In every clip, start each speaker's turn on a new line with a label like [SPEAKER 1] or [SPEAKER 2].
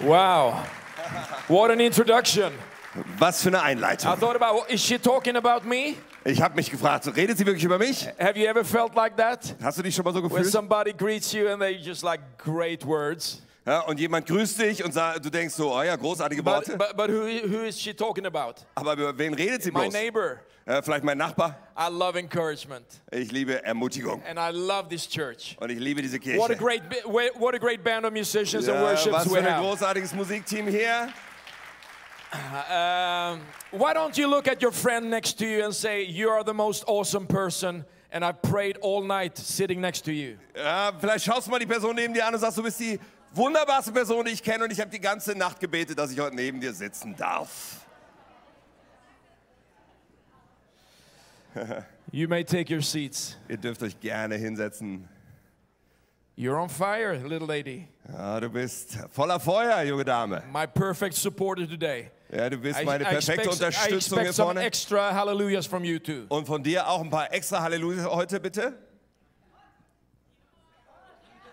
[SPEAKER 1] Wow. What an introduction.
[SPEAKER 2] Was für eine Einleitung.
[SPEAKER 1] I thought about, is she talking about me?
[SPEAKER 2] Ich habe mich gefragt, redet sie wirklich über mich?
[SPEAKER 1] Have you ever felt like that?
[SPEAKER 2] Hast du dich schon mal so
[SPEAKER 1] When
[SPEAKER 2] gefühlt?
[SPEAKER 1] somebody greets you and they just like great words.
[SPEAKER 2] Ja, und jemand grüßt dich und sa- du denkst so, oh ja, großartige
[SPEAKER 1] But,
[SPEAKER 2] Worte.
[SPEAKER 1] but, but who, who is she talking about?
[SPEAKER 2] Aber über wen redet sie
[SPEAKER 1] My
[SPEAKER 2] bloß?
[SPEAKER 1] neighbor.
[SPEAKER 2] Äh, vielleicht mein Nachbar?
[SPEAKER 1] I love encouragement
[SPEAKER 2] Ich liebe Ermutigung.
[SPEAKER 1] and I love this church.
[SPEAKER 2] Und ich liebe diese Kirche.
[SPEAKER 1] What a great, bi- wh- what a great band of musicians and
[SPEAKER 2] ja,
[SPEAKER 1] worships
[SPEAKER 2] was
[SPEAKER 1] we
[SPEAKER 2] für ein
[SPEAKER 1] have.
[SPEAKER 2] großartiges Musikteam hier.
[SPEAKER 1] Um, why don't you look at your friend next to you and say, You are the most awesome person, and I prayed all night sitting next to you.
[SPEAKER 2] Ja, vielleicht schaust du mal die Person neben dir an und sagst, du bist die wunderbarste Person, die ich kenne und ich habe die ganze Nacht gebetet, dass ich heute neben dir sitzen darf.
[SPEAKER 1] You may take your seats.
[SPEAKER 2] Ihr dürft euch gerne hinsetzen.
[SPEAKER 1] You're on fire, little lady.
[SPEAKER 2] Ja, du bist voller Feuer, junge Dame.
[SPEAKER 1] My perfect supporter today.
[SPEAKER 2] Ja, du bist
[SPEAKER 1] I,
[SPEAKER 2] meine
[SPEAKER 1] I
[SPEAKER 2] perfekte
[SPEAKER 1] expect, I
[SPEAKER 2] Unterstützung hier
[SPEAKER 1] expect some
[SPEAKER 2] vorne.
[SPEAKER 1] extra hallelujahs from you too.
[SPEAKER 2] Und von dir auch ein paar extra Halleluja heute, bitte.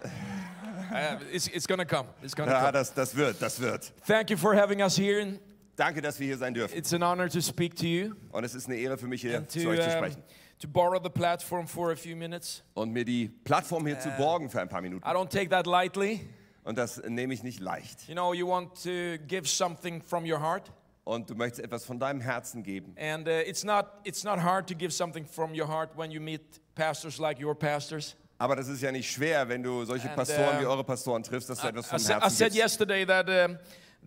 [SPEAKER 1] Uh, it's, it's gonna come. It's gonna
[SPEAKER 2] Ja,
[SPEAKER 1] come.
[SPEAKER 2] das, das wird, das wird.
[SPEAKER 1] Thank you for having us here. and
[SPEAKER 2] Danke, dass wir hier sein dürfen.
[SPEAKER 1] It's an honor to speak to you
[SPEAKER 2] Und es ist eine Ehre für mich, hier
[SPEAKER 1] and
[SPEAKER 2] zu euch zu
[SPEAKER 1] to, um,
[SPEAKER 2] sprechen.
[SPEAKER 1] to borrow the platform for a few minutes.
[SPEAKER 2] Und mir die Plattform hier zu borgen für ein paar Minuten.
[SPEAKER 1] Äh, I don't take that lightly.
[SPEAKER 2] Und das nehme ich nicht leicht.
[SPEAKER 1] You know, you want to give something from your heart.
[SPEAKER 2] Und du möchtest etwas von deinem Herzen geben.
[SPEAKER 1] And uh, it's not it's not hard to give something from your heart when you meet pastors like your pastors.
[SPEAKER 2] Aber das ist ja nicht schwer, wenn du solche
[SPEAKER 1] And,
[SPEAKER 2] Pastoren
[SPEAKER 1] ähm,
[SPEAKER 2] wie eure Pastoren triffst, dass du etwas
[SPEAKER 1] I,
[SPEAKER 2] vom
[SPEAKER 1] sa- I
[SPEAKER 2] Herzen
[SPEAKER 1] said
[SPEAKER 2] gibst.
[SPEAKER 1] yesterday that um,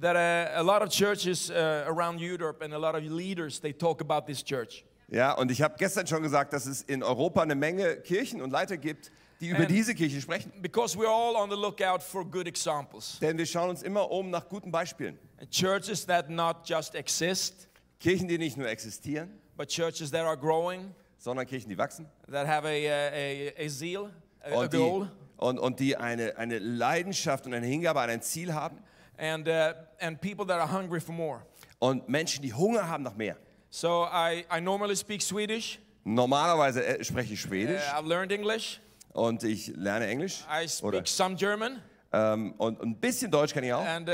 [SPEAKER 1] that uh, a lot of churches uh, around Europe and a lot of leaders they talk about this church.
[SPEAKER 2] Ja, und ich habe gestern schon gesagt, dass es in Europa eine Menge Kirchen und Leiter gibt, die über
[SPEAKER 1] And-
[SPEAKER 2] diese Kirche sprechen.
[SPEAKER 1] Because we're all on the lookout for good examples.
[SPEAKER 2] Denn wir schauen uns immer um nach guten Beispielen.
[SPEAKER 1] And churches that not just exist,
[SPEAKER 2] Kirchen, die nicht nur existieren,
[SPEAKER 1] but churches that are growing,
[SPEAKER 2] sondern Kirchen, die wachsen.
[SPEAKER 1] that have a uh, a, a, a zeal, a, a
[SPEAKER 2] und die,
[SPEAKER 1] goal.
[SPEAKER 2] und, und die eine, eine Leidenschaft und eine Hingabe an ein Ziel haben
[SPEAKER 1] And, uh, and people that are hungry for more.
[SPEAKER 2] und Menschen, die Hunger haben nach mehr.
[SPEAKER 1] So I, I normally speak Swedish.
[SPEAKER 2] Normalerweise äh, spreche ich
[SPEAKER 1] Uh,
[SPEAKER 2] Schwedisch
[SPEAKER 1] I've learned English.
[SPEAKER 2] und ich lerne Englisch
[SPEAKER 1] I speak
[SPEAKER 2] oder,
[SPEAKER 1] some German,
[SPEAKER 2] ähm, und ein bisschen Deutsch kann ich auch.
[SPEAKER 1] and uh,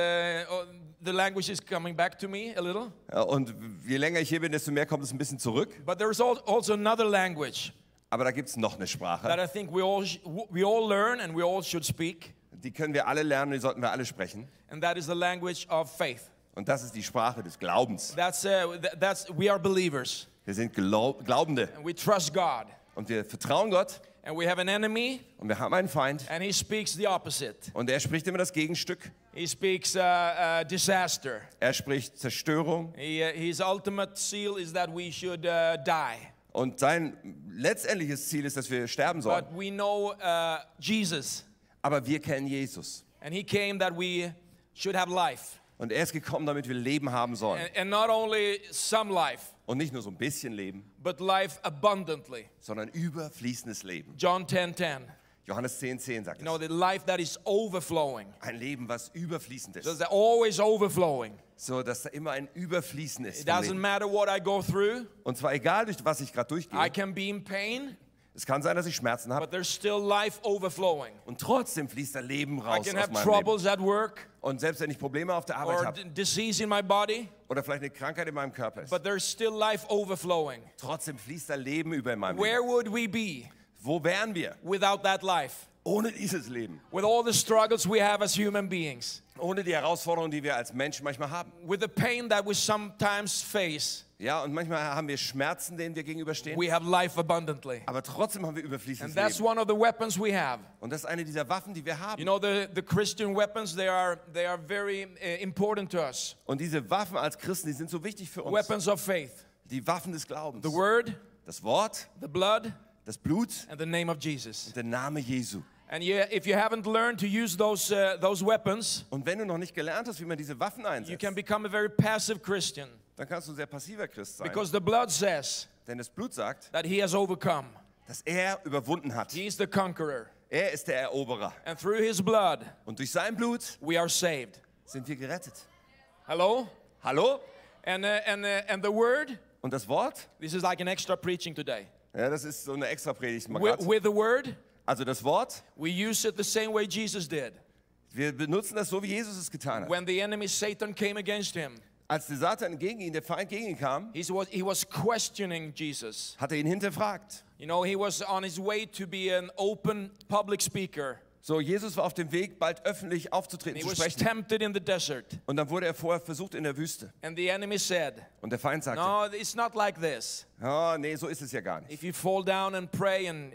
[SPEAKER 1] oh, the language is coming back to me a little.
[SPEAKER 2] Äh, Und je länger ich hier bin, desto mehr kommt es ein bisschen zurück.
[SPEAKER 1] But there is al- also another language
[SPEAKER 2] Aber da gibt es noch eine Sprache.
[SPEAKER 1] that I think we all, sh- w- we all learn and we all should speak,
[SPEAKER 2] Die können wir alle lernen, die sollten wir alle sprechen.
[SPEAKER 1] and that is the language of faith.
[SPEAKER 2] Und das ist die Sprache des Glaubens.
[SPEAKER 1] That's, uh, th- that's we are believers,
[SPEAKER 2] Wir sind Glau Glaubende
[SPEAKER 1] and we trust God,
[SPEAKER 2] und wir vertrauen Gott
[SPEAKER 1] and we have an enemy,
[SPEAKER 2] und wir haben einen Feind
[SPEAKER 1] and he speaks the opposite.
[SPEAKER 2] und er spricht immer das Gegenstück.
[SPEAKER 1] He speaks uh, uh, disaster.
[SPEAKER 2] Er spricht Zerstörung
[SPEAKER 1] He, uh, his ultimate seal is that we should uh, die.
[SPEAKER 2] und sein letztendliches Ziel ist, dass wir sterben sollen.
[SPEAKER 1] But we know uh, Jesus,
[SPEAKER 2] Aber wir kennen Jesus
[SPEAKER 1] and he came that we should have life.
[SPEAKER 2] und er ist gekommen, damit wir Leben haben sollen
[SPEAKER 1] And, and not only some life,
[SPEAKER 2] und nicht nur so ein bisschen Leben,
[SPEAKER 1] but life abundantly.
[SPEAKER 2] sondern überfließendes Leben.
[SPEAKER 1] John 10:10.
[SPEAKER 2] Johannes 10,10 10 sagt
[SPEAKER 1] You know, the
[SPEAKER 2] es.
[SPEAKER 1] life that is overflowing.
[SPEAKER 2] Ein Leben, was überfließend ist.
[SPEAKER 1] There's always overflowing.
[SPEAKER 2] So, dass da immer ein Überfließen ist.
[SPEAKER 1] It
[SPEAKER 2] vom
[SPEAKER 1] doesn't
[SPEAKER 2] Leben.
[SPEAKER 1] matter what I go through.
[SPEAKER 2] Und zwar egal, durch was ich
[SPEAKER 1] I
[SPEAKER 2] gerade durchgehe.
[SPEAKER 1] can be in pain,
[SPEAKER 2] Es kann sein, dass ich Schmerzen habe.
[SPEAKER 1] but there's still life overflowing.
[SPEAKER 2] Und trotzdem fließt da Leben
[SPEAKER 1] I
[SPEAKER 2] raus
[SPEAKER 1] can
[SPEAKER 2] aus
[SPEAKER 1] have
[SPEAKER 2] meinem Leben.
[SPEAKER 1] troubles at work
[SPEAKER 2] Und selbst wenn ich Probleme auf der Arbeit
[SPEAKER 1] or
[SPEAKER 2] habe
[SPEAKER 1] d- disease in my body,
[SPEAKER 2] oder vielleicht eine Krankheit in meinem Körper ist,
[SPEAKER 1] but there's still life overflowing.
[SPEAKER 2] trotzdem fließt da Leben über in meinem Leben.
[SPEAKER 1] Where would we be
[SPEAKER 2] Wo wären wir
[SPEAKER 1] without that life?
[SPEAKER 2] ohne dieses Leben?
[SPEAKER 1] With all the struggles we have as human beings,
[SPEAKER 2] Ohne die Herausforderungen, die wir als Menschen manchmal haben.
[SPEAKER 1] with the pain that we sometimes face,
[SPEAKER 2] Ja, und manchmal haben wir Schmerzen, denen wir gegenüberstehen.
[SPEAKER 1] we have life abundantly.
[SPEAKER 2] Aber trotzdem haben wir
[SPEAKER 1] And
[SPEAKER 2] überfließendes
[SPEAKER 1] that's
[SPEAKER 2] Leben.
[SPEAKER 1] one of the weapons we have.
[SPEAKER 2] Und das ist eine dieser Waffen, die wir
[SPEAKER 1] You
[SPEAKER 2] haben.
[SPEAKER 1] know, the, the Christian weapons, they are, they are very uh, important to us.
[SPEAKER 2] Und diese Waffen als Christen, die sind so wichtig für uns.
[SPEAKER 1] Weapons of faith
[SPEAKER 2] Die Waffen des Glaubens.
[SPEAKER 1] the word,
[SPEAKER 2] Das Wort,
[SPEAKER 1] the blood,
[SPEAKER 2] das Blut,
[SPEAKER 1] and the name of Jesus.
[SPEAKER 2] der Name Jesu.
[SPEAKER 1] And yeah, if you haven't learned to use those, uh, those weapons,
[SPEAKER 2] Und wenn du noch nicht gelernt hast, wie man diese Waffen
[SPEAKER 1] you
[SPEAKER 2] einsetzt,
[SPEAKER 1] can become a very passive Christian
[SPEAKER 2] dann kannst du ein sehr passiver Christ sein.
[SPEAKER 1] because the blood says
[SPEAKER 2] Denn das Blut sagt,
[SPEAKER 1] that he has overcome.
[SPEAKER 2] dass er überwunden hat.
[SPEAKER 1] He is the conqueror.
[SPEAKER 2] Er ist der Eroberer.
[SPEAKER 1] And through his blood,
[SPEAKER 2] Und durch sein Blut
[SPEAKER 1] we are saved.
[SPEAKER 2] sind wir gerettet.
[SPEAKER 1] Hello?
[SPEAKER 2] Hallo?
[SPEAKER 1] And, uh, and, uh, and the word,
[SPEAKER 2] Und das Wort?
[SPEAKER 1] this is like an extra preaching today.
[SPEAKER 2] Ja, das ist so eine Extrapredigt mal
[SPEAKER 1] With,
[SPEAKER 2] grad.
[SPEAKER 1] with the word,
[SPEAKER 2] Also das Wort
[SPEAKER 1] we use it the same way Jesus did.
[SPEAKER 2] Wir benutzen das so, wie Jesus es getan hat.
[SPEAKER 1] When the enemy Satan came against him,
[SPEAKER 2] Als der Satan gegen ihn, der Feind gegen ihn kam,
[SPEAKER 1] he was, he was questioning Jesus.
[SPEAKER 2] hat er ihn hinterfragt.
[SPEAKER 1] You know, he was on his way to be an open public speaker.
[SPEAKER 2] So, Jesus war auf dem Weg, bald öffentlich aufzutreten,
[SPEAKER 1] He
[SPEAKER 2] zu
[SPEAKER 1] was
[SPEAKER 2] sprechen.
[SPEAKER 1] tempted in the desert.
[SPEAKER 2] Und dann wurde er vorher versucht in der Wüste.
[SPEAKER 1] And the enemy said,
[SPEAKER 2] Und der Feind sagte,
[SPEAKER 1] No, it's not like this.
[SPEAKER 2] oh, nee, so ist es ja gar nicht.
[SPEAKER 1] If you fall down and pray and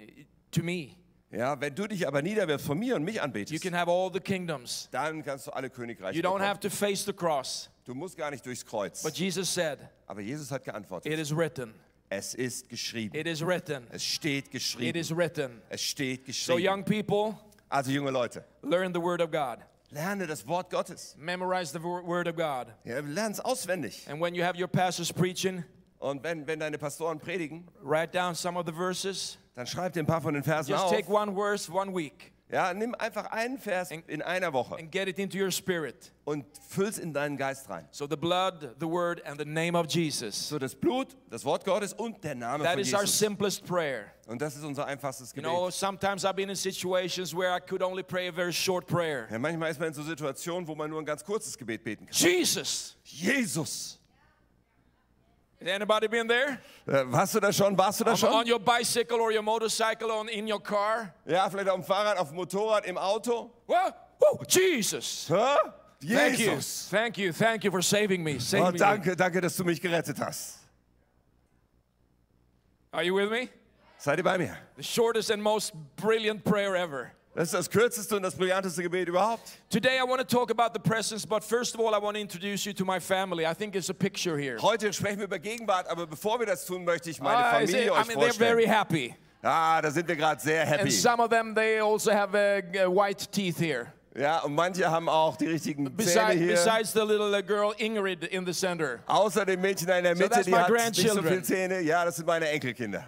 [SPEAKER 1] to me,
[SPEAKER 2] Ja, wenn du dich aber niederwirfst vor mir und mich
[SPEAKER 1] you
[SPEAKER 2] anbetest,
[SPEAKER 1] can have all the kingdoms.
[SPEAKER 2] dann kannst du alle Königreiche
[SPEAKER 1] You don't
[SPEAKER 2] bekommen.
[SPEAKER 1] have to face the cross.
[SPEAKER 2] Du musst gar nicht durchs Kreuz.
[SPEAKER 1] But Jesus said,
[SPEAKER 2] Aber Jesus hat geantwortet,
[SPEAKER 1] It is written.
[SPEAKER 2] es ist geschrieben.
[SPEAKER 1] It is written.
[SPEAKER 2] Es steht
[SPEAKER 1] It
[SPEAKER 2] geschrieben.
[SPEAKER 1] is written.
[SPEAKER 2] Es steht
[SPEAKER 1] So,
[SPEAKER 2] geschrieben.
[SPEAKER 1] young people,
[SPEAKER 2] Also junge Leute,
[SPEAKER 1] learn the Word of God,
[SPEAKER 2] lerne das Wort Gottes.
[SPEAKER 1] memorize the wor- Word of God.
[SPEAKER 2] Ja, lerne es auswendig.
[SPEAKER 1] And when you have your pastors preaching,
[SPEAKER 2] Und wenn, wenn deine Pastoren predigen,
[SPEAKER 1] write down some of the verses.
[SPEAKER 2] dann schreib dir ein paar von den Versen
[SPEAKER 1] Just
[SPEAKER 2] auf.
[SPEAKER 1] take one verse one week
[SPEAKER 2] Ja, nimm einfach einen Vers in einer Woche
[SPEAKER 1] and get it into your spirit.
[SPEAKER 2] und füll's in deinen Geist rein.
[SPEAKER 1] So the blood, the word, and the name of Jesus.
[SPEAKER 2] So das Blut, das Wort Gottes und der Name
[SPEAKER 1] That
[SPEAKER 2] von
[SPEAKER 1] is our
[SPEAKER 2] Jesus.
[SPEAKER 1] simplest prayer.
[SPEAKER 2] Und das ist unser einfachstes
[SPEAKER 1] You
[SPEAKER 2] Gebet.
[SPEAKER 1] know, sometimes I've been in situations where I could only pray a very short prayer.
[SPEAKER 2] Ja, manchmal ist man in so Situationen, wo man nur ein ganz kurzes Gebet beten kann.
[SPEAKER 1] Jesus!
[SPEAKER 2] Jesus!
[SPEAKER 1] Has anybody been there?
[SPEAKER 2] Äh, warst du da schon? Warst du da
[SPEAKER 1] On, on
[SPEAKER 2] schon?
[SPEAKER 1] your bicycle or your motorcycle or in your car?
[SPEAKER 2] Ja, vielleicht auf dem Fahrrad, auf dem Motorrad, im Auto.
[SPEAKER 1] Well, woo, Jesus!
[SPEAKER 2] Hä?
[SPEAKER 1] Thank you.
[SPEAKER 2] Jesus!
[SPEAKER 1] Thank you. Thank you for saving me.
[SPEAKER 2] Oh,
[SPEAKER 1] Saving me.
[SPEAKER 2] danke, danke, dass du mich gerettet hast.
[SPEAKER 1] Are you with me?
[SPEAKER 2] Seid ihr bei mir?
[SPEAKER 1] The shortest and most brilliant prayer ever.
[SPEAKER 2] Das ist das kürzeste und das brillanteste Gebet überhaupt.
[SPEAKER 1] Today I want to talk about the presence, but first of all I want to introduce you to my family. I think it's a picture here.
[SPEAKER 2] Heute sprechen wir über Gegenwart, aber bevor wir das tun, möchte ich meine
[SPEAKER 1] Ah, is it-
[SPEAKER 2] Familie
[SPEAKER 1] I
[SPEAKER 2] euch
[SPEAKER 1] mean, they're very
[SPEAKER 2] vorstellen.
[SPEAKER 1] happy.
[SPEAKER 2] Ah, da sind wir gerade sehr
[SPEAKER 1] And
[SPEAKER 2] happy.
[SPEAKER 1] some of them, they also have uh, g- uh, white teeth here.
[SPEAKER 2] Ja, und manche haben auch die richtigen Zähne
[SPEAKER 1] Beside,
[SPEAKER 2] hier.
[SPEAKER 1] besides the little uh, girl Ingrid in the center.
[SPEAKER 2] Außer dem Mädchen da in der Mitte,
[SPEAKER 1] that's
[SPEAKER 2] die
[SPEAKER 1] my
[SPEAKER 2] hat nicht so
[SPEAKER 1] grandchildren.
[SPEAKER 2] viel Zähne. Ja, das sind meine Enkelkinder.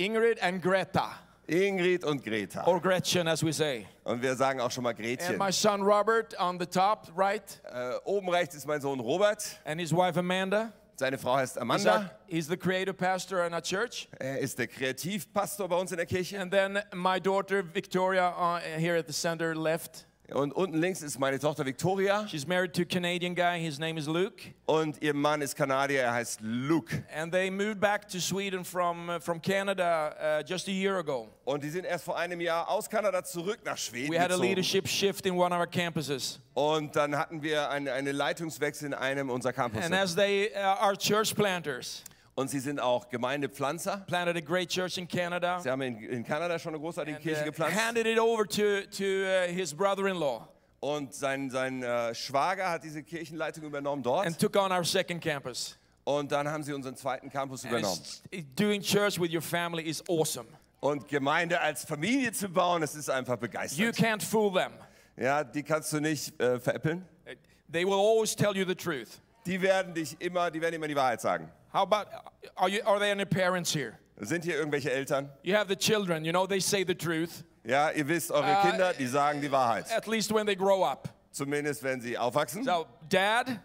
[SPEAKER 1] Ingrid and Greta,
[SPEAKER 2] Ingrid und Greta.
[SPEAKER 1] or Gretchen as we say.
[SPEAKER 2] Und wir sagen auch schon mal
[SPEAKER 1] And
[SPEAKER 2] Gretchen.
[SPEAKER 1] my son Robert on the top right,
[SPEAKER 2] Äh, oben rechts ist mein Sohn Robert.
[SPEAKER 1] and his wife Amanda.
[SPEAKER 2] Seine Frau heißt
[SPEAKER 1] He's, our-
[SPEAKER 2] Amanda.
[SPEAKER 1] he's the creative pastor in our church.
[SPEAKER 2] Er ist der Kreativpastor bei uns in der Kirche.
[SPEAKER 1] And then my daughter Victoria uh, here at the center left.
[SPEAKER 2] Und unten links ist meine Tochter Victoria.
[SPEAKER 1] She's married to a Canadian guy. His name is Luke.
[SPEAKER 2] Und ihr Mann ist Kanadier, er heißt Luke.
[SPEAKER 1] And they moved back to Sweden from, uh, from Canada uh, just a year ago.
[SPEAKER 2] Und die sind erst vor einem Jahr aus Kanada zurück nach Schweden
[SPEAKER 1] We had a
[SPEAKER 2] gezogen.
[SPEAKER 1] leadership shift in one of our campuses.
[SPEAKER 2] Und dann hatten wir einen eine Leitungswechsel in einem unserer Campus.
[SPEAKER 1] And as they uh, are church planters,
[SPEAKER 2] Und sie sind auch Gemeindepflanzer.
[SPEAKER 1] planted a great church in Canada,
[SPEAKER 2] Sie haben in, in Kanada schon eine großartige
[SPEAKER 1] and,
[SPEAKER 2] Kirche
[SPEAKER 1] uh,
[SPEAKER 2] gepflanzt.
[SPEAKER 1] handed it over to, to uh, his brother in law,
[SPEAKER 2] Und sein, sein äh, Schwager hat diese Kirchenleitung übernommen dort.
[SPEAKER 1] and took on our second campus.
[SPEAKER 2] Und dann haben sie unseren zweiten Campus
[SPEAKER 1] And
[SPEAKER 2] übernommen.
[SPEAKER 1] it's- it- doing church with your family is awesome.
[SPEAKER 2] Und Gemeinde als Familie zu bauen, das ist einfach
[SPEAKER 1] You
[SPEAKER 2] begeisternd.
[SPEAKER 1] can't fool them,
[SPEAKER 2] Ja, die kannst du nicht äh, veräppeln.
[SPEAKER 1] Uh, they will always tell you the truth.
[SPEAKER 2] Die werden dich immer, die werden immer die Wahrheit sagen.
[SPEAKER 1] How about uh, are you are there any parents here?
[SPEAKER 2] Sind hier irgendwelche Eltern?
[SPEAKER 1] You have the children, you know they say the truth
[SPEAKER 2] Ja, ihr wisst, eure
[SPEAKER 1] Äh,
[SPEAKER 2] Kinder, die sagen die Wahrheit.
[SPEAKER 1] at least when they grow up.
[SPEAKER 2] Zumindest wenn sie aufwachsen.
[SPEAKER 1] So, dad,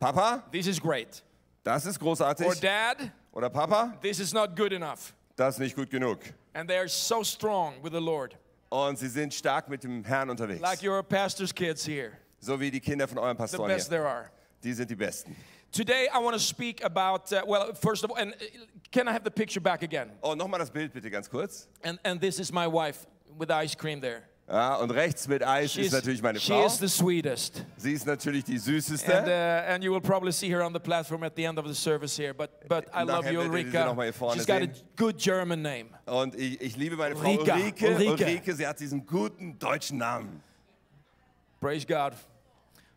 [SPEAKER 2] Papa,
[SPEAKER 1] this is great.
[SPEAKER 2] das ist
[SPEAKER 1] Or
[SPEAKER 2] großartig.
[SPEAKER 1] dad,
[SPEAKER 2] Oder Papa,
[SPEAKER 1] this is not good enough.
[SPEAKER 2] das ist nicht gut genug.
[SPEAKER 1] And they are so strong with the Lord.
[SPEAKER 2] Und sie sind stark mit dem Herrn
[SPEAKER 1] Like
[SPEAKER 2] unterwegs.
[SPEAKER 1] your pastor's kids here.
[SPEAKER 2] So wie die Kinder von euren
[SPEAKER 1] The
[SPEAKER 2] Pastoren
[SPEAKER 1] best
[SPEAKER 2] hier.
[SPEAKER 1] there are.
[SPEAKER 2] Die sind die Besten.
[SPEAKER 1] Today I want to speak about uh, well, first of all, and uh, can I have the picture back again?
[SPEAKER 2] Und nochmal das Bild bitte ganz kurz.
[SPEAKER 1] And and this is my wife with the ice cream there.
[SPEAKER 2] Ja, und rechts mit Eis ist natürlich meine
[SPEAKER 1] she
[SPEAKER 2] Frau.
[SPEAKER 1] is the sweetest.
[SPEAKER 2] Sie ist natürlich die
[SPEAKER 1] And, uh,
[SPEAKER 2] süßeste.
[SPEAKER 1] and you will probably see her on the platform at the end of the service here. But, but I love
[SPEAKER 2] Nachher
[SPEAKER 1] you,
[SPEAKER 2] werdet ihr sie noch
[SPEAKER 1] Ulrika.
[SPEAKER 2] mal hier vorne
[SPEAKER 1] She's got a
[SPEAKER 2] sehen.
[SPEAKER 1] good German name.
[SPEAKER 2] Und ich, ich liebe meine Frau
[SPEAKER 1] Ulrike,
[SPEAKER 2] Ulrike.
[SPEAKER 1] Ulrike.
[SPEAKER 2] Ulrike, sie hat diesen guten deutschen Namen.
[SPEAKER 1] Praise God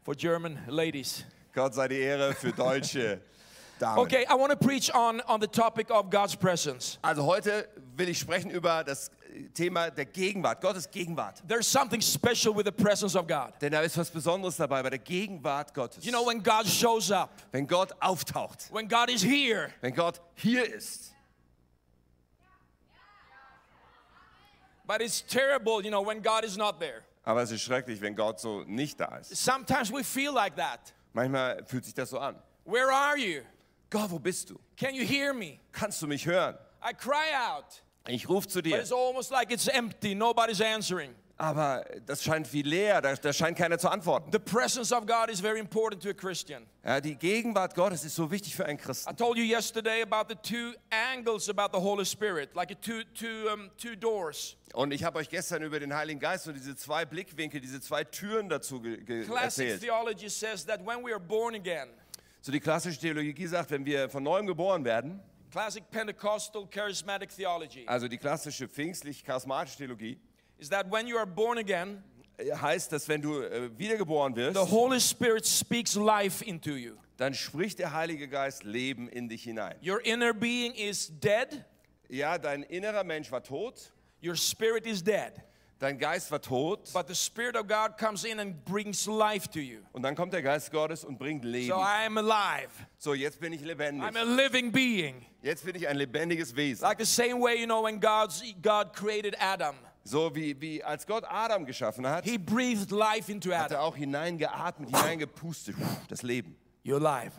[SPEAKER 1] for German ladies.
[SPEAKER 2] Gott sei die Ehre für deutsche Damen.
[SPEAKER 1] Okay, I want to preach on, on the topic of God's presence.
[SPEAKER 2] Also heute will ich sprechen über das Thema der Gegenwart, Gottes Gegenwart.
[SPEAKER 1] There's something special with the presence of God.
[SPEAKER 2] Denn da ist was Besonderes dabei, bei der Gegenwart Gottes.
[SPEAKER 1] You know, when God shows up,
[SPEAKER 2] wenn Gott auftaucht,
[SPEAKER 1] when God is here,
[SPEAKER 2] wenn Gott hier ist.
[SPEAKER 1] but it's terrible, you know, when God is not there.
[SPEAKER 2] Aber es ist schrecklich, wenn Gott so nicht da ist.
[SPEAKER 1] Sometimes we feel like that.
[SPEAKER 2] Manchmal fühlt sich das so an.
[SPEAKER 1] Where are you?
[SPEAKER 2] Gott, wo bist du?
[SPEAKER 1] Can you hear me?
[SPEAKER 2] Kannst du mich hören?
[SPEAKER 1] I cry out,
[SPEAKER 2] Ich rufe zu
[SPEAKER 1] but
[SPEAKER 2] dir.
[SPEAKER 1] it's almost like it's empty. Nobody's answering.
[SPEAKER 2] Aber das scheint viel leer, da, da scheint keiner zu antworten.
[SPEAKER 1] The presence of God is very important to a Christian.
[SPEAKER 2] Ja, die Gegenwart Gottes ist so wichtig für einen Christen.
[SPEAKER 1] I told you yesterday about the two angles about the Holy Spirit, like a two, two, um, two doors.
[SPEAKER 2] Und ich habe euch gestern über den Heiligen Geist und diese zwei Blickwinkel, diese zwei Türen dazu ge ge
[SPEAKER 1] Classic
[SPEAKER 2] erzählt.
[SPEAKER 1] theology says that when we are born again,
[SPEAKER 2] So die klassische Theologie sagt, wenn wir von neuem geboren werden,
[SPEAKER 1] classic Pentecostal charismatic theology,
[SPEAKER 2] also die klassische pfingstlich-charismatische Theologie,
[SPEAKER 1] is that when you are born again,
[SPEAKER 2] äh, heißt, dass wenn du äh, wiedergeboren wirst,
[SPEAKER 1] the Holy Spirit speaks life into you.
[SPEAKER 2] dann spricht der Heilige Geist Leben in dich hinein.
[SPEAKER 1] Your inner being is dead,
[SPEAKER 2] Ja, dein innerer Mensch war tot,
[SPEAKER 1] your spirit is dead.
[SPEAKER 2] dein Geist war tot
[SPEAKER 1] But the Spirit of God comes in and brings life to you.
[SPEAKER 2] und dann kommt der Geist Gottes und bringt
[SPEAKER 1] So
[SPEAKER 2] Leben.
[SPEAKER 1] I am alive.
[SPEAKER 2] So, jetzt bin ich lebendig.
[SPEAKER 1] I'm a living being.
[SPEAKER 2] Jetzt bin ich ein lebendiges Wesen.
[SPEAKER 1] Like the same way, you know, when God's, God created Adam,
[SPEAKER 2] So wie, wie als Gott Adam geschaffen hat,
[SPEAKER 1] He breathed life into
[SPEAKER 2] hat er
[SPEAKER 1] Adam.
[SPEAKER 2] auch hineingeatmet, hineingepustet. Das Leben.
[SPEAKER 1] You're alive.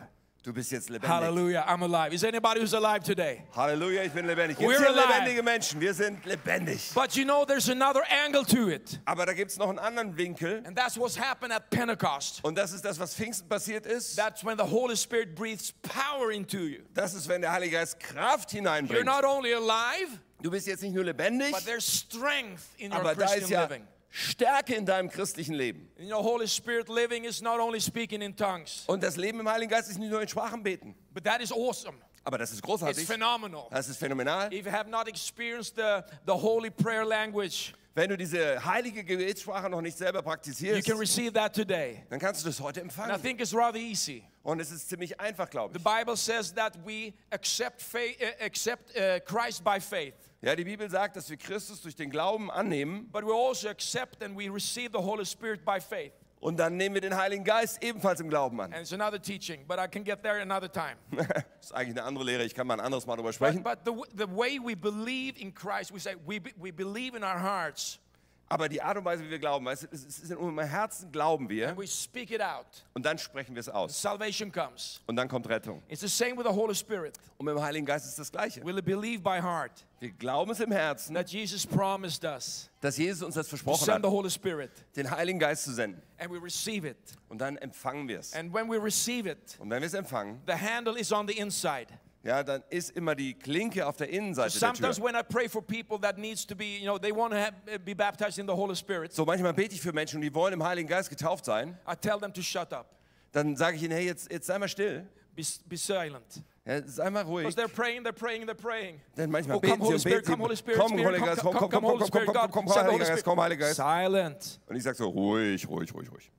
[SPEAKER 2] Du bist jetzt lebendig.
[SPEAKER 1] Hallelujah, I'm alive. Is anybody who's alive today?
[SPEAKER 2] Halleluja, ich bin lebendig. Jetzt
[SPEAKER 1] We're
[SPEAKER 2] sind
[SPEAKER 1] alive.
[SPEAKER 2] lebendige Menschen, wir sind lebendig.
[SPEAKER 1] But you know, there's another angle to it.
[SPEAKER 2] Aber da gibt es noch einen anderen Winkel
[SPEAKER 1] And that's what's happened at Pentecost.
[SPEAKER 2] und das ist das, was Pfingsten passiert ist.
[SPEAKER 1] That's when the Holy Spirit breathes power into you.
[SPEAKER 2] Das ist, wenn der Heilige Geist Kraft
[SPEAKER 1] You're
[SPEAKER 2] hineinbringt.
[SPEAKER 1] not only alive,
[SPEAKER 2] Du bist jetzt nicht nur lebendig,
[SPEAKER 1] but there's strength in your
[SPEAKER 2] aber da
[SPEAKER 1] Christian
[SPEAKER 2] ist ja
[SPEAKER 1] living.
[SPEAKER 2] Stärke in deinem christlichen Leben.
[SPEAKER 1] You know, Holy Spirit living is not only speaking in tongues,
[SPEAKER 2] Und das Leben im Heiligen Geist ist nicht nur in Sprachen beten.
[SPEAKER 1] but that is awesome.
[SPEAKER 2] Aber das ist
[SPEAKER 1] It's
[SPEAKER 2] großartig.
[SPEAKER 1] phenomenal.
[SPEAKER 2] Das ist phänomenal.
[SPEAKER 1] If you have not experienced the, the holy prayer language,
[SPEAKER 2] Wenn du diese heilige Gebetssprache noch nicht selber
[SPEAKER 1] you
[SPEAKER 2] praktizierst,
[SPEAKER 1] can receive that today.
[SPEAKER 2] dann kannst du das heute
[SPEAKER 1] And I
[SPEAKER 2] empfangen.
[SPEAKER 1] think it's rather easy.
[SPEAKER 2] Und es ist ziemlich einfach, glaube
[SPEAKER 1] The
[SPEAKER 2] ich.
[SPEAKER 1] Bible says that we accept, faith, accept uh, Christ by faith,
[SPEAKER 2] Ja, die Bibel sagt, dass wir Christus durch den Glauben annehmen
[SPEAKER 1] but we also accept and we receive the Holy Spirit by faith.
[SPEAKER 2] und dann nehmen wir den Heiligen Geist ebenfalls im Glauben an.
[SPEAKER 1] And it's another teaching, but I can get there another time.
[SPEAKER 2] Das ist eigentlich eine andere Lehre, ich kann mal ein anderes Mal drüber
[SPEAKER 1] But,
[SPEAKER 2] sprechen.
[SPEAKER 1] but the, w- the way we believe in Christ, we say we, be- we believe in our hearts
[SPEAKER 2] Aber die Art und Weise, wie wir glauben, weißt du, es ist in unserem Herzen glauben wir
[SPEAKER 1] and we speak it out.
[SPEAKER 2] und dann sprechen wir es aus.
[SPEAKER 1] Salvation comes.
[SPEAKER 2] Und dann kommt Rettung.
[SPEAKER 1] It's the same with the Holy Spirit.
[SPEAKER 2] Und mit dem Heiligen Geist ist das Gleiche.
[SPEAKER 1] Will you believe by heart
[SPEAKER 2] Wir glauben es im Herzen,
[SPEAKER 1] that Jesus promised us
[SPEAKER 2] dass Jesus uns das
[SPEAKER 1] to
[SPEAKER 2] versprochen
[SPEAKER 1] send the
[SPEAKER 2] hat,
[SPEAKER 1] Holy Spirit
[SPEAKER 2] den Heiligen Geist zu senden.
[SPEAKER 1] and we receive it?
[SPEAKER 2] Und dann empfangen wir es.
[SPEAKER 1] And when we receive it,
[SPEAKER 2] Und wenn wir es empfangen,
[SPEAKER 1] the handle is on the inside.
[SPEAKER 2] Ja, dann ist immer die Klinke auf der Innenseite der
[SPEAKER 1] Sometimes
[SPEAKER 2] Tür.
[SPEAKER 1] when I pray for people that needs to be, you know, they want to have, eh, be baptized in the Holy Spirit,
[SPEAKER 2] So manchmal bete ich für Menschen und die wollen im Heiligen Geist getauft sein.
[SPEAKER 1] I tell them to shut up,
[SPEAKER 2] Dann sage ich ihnen, hey, jetzt, jetzt sei mal still.
[SPEAKER 1] be, be silent.
[SPEAKER 2] Ja, sei mal ruhig.
[SPEAKER 1] Because they're praying, they're praying, they're praying.
[SPEAKER 2] Denn manchmal
[SPEAKER 1] Oh, come
[SPEAKER 2] beten sie
[SPEAKER 1] Holy
[SPEAKER 2] und
[SPEAKER 1] Spirit,
[SPEAKER 2] beten sie.
[SPEAKER 1] come Holy Spirit,
[SPEAKER 2] Komm,
[SPEAKER 1] Spirit,
[SPEAKER 2] Heiliger Geist,
[SPEAKER 1] come,
[SPEAKER 2] komm,
[SPEAKER 1] come,
[SPEAKER 2] komm,
[SPEAKER 1] come, Holy
[SPEAKER 2] komm, komm,
[SPEAKER 1] Spirit, God,
[SPEAKER 2] komm, komm, komm,
[SPEAKER 1] send the Holy
[SPEAKER 2] Heiliger Geist,
[SPEAKER 1] Spirit.
[SPEAKER 2] komm, Heiliger Geist.
[SPEAKER 1] Silent,
[SPEAKER 2] Und ich sage so, ruhig, ruhig, ruhig, ruhig.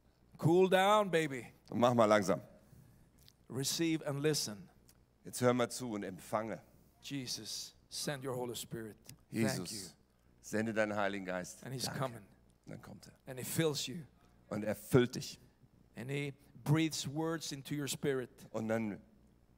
[SPEAKER 1] cool down, baby.
[SPEAKER 2] Und mach mal langsam.
[SPEAKER 1] Receive and listen.
[SPEAKER 2] Jetzt hör mal zu und empfange.
[SPEAKER 1] Jesus, send your Holy Spirit. Thank you.
[SPEAKER 2] Jesus, sende deinen Heiligen Geist.
[SPEAKER 1] And He's
[SPEAKER 2] Danke.
[SPEAKER 1] coming.
[SPEAKER 2] Und Dann kommt er.
[SPEAKER 1] And He fills you.
[SPEAKER 2] Und erfüllt dich.
[SPEAKER 1] And He breathes words into your spirit.
[SPEAKER 2] Und dann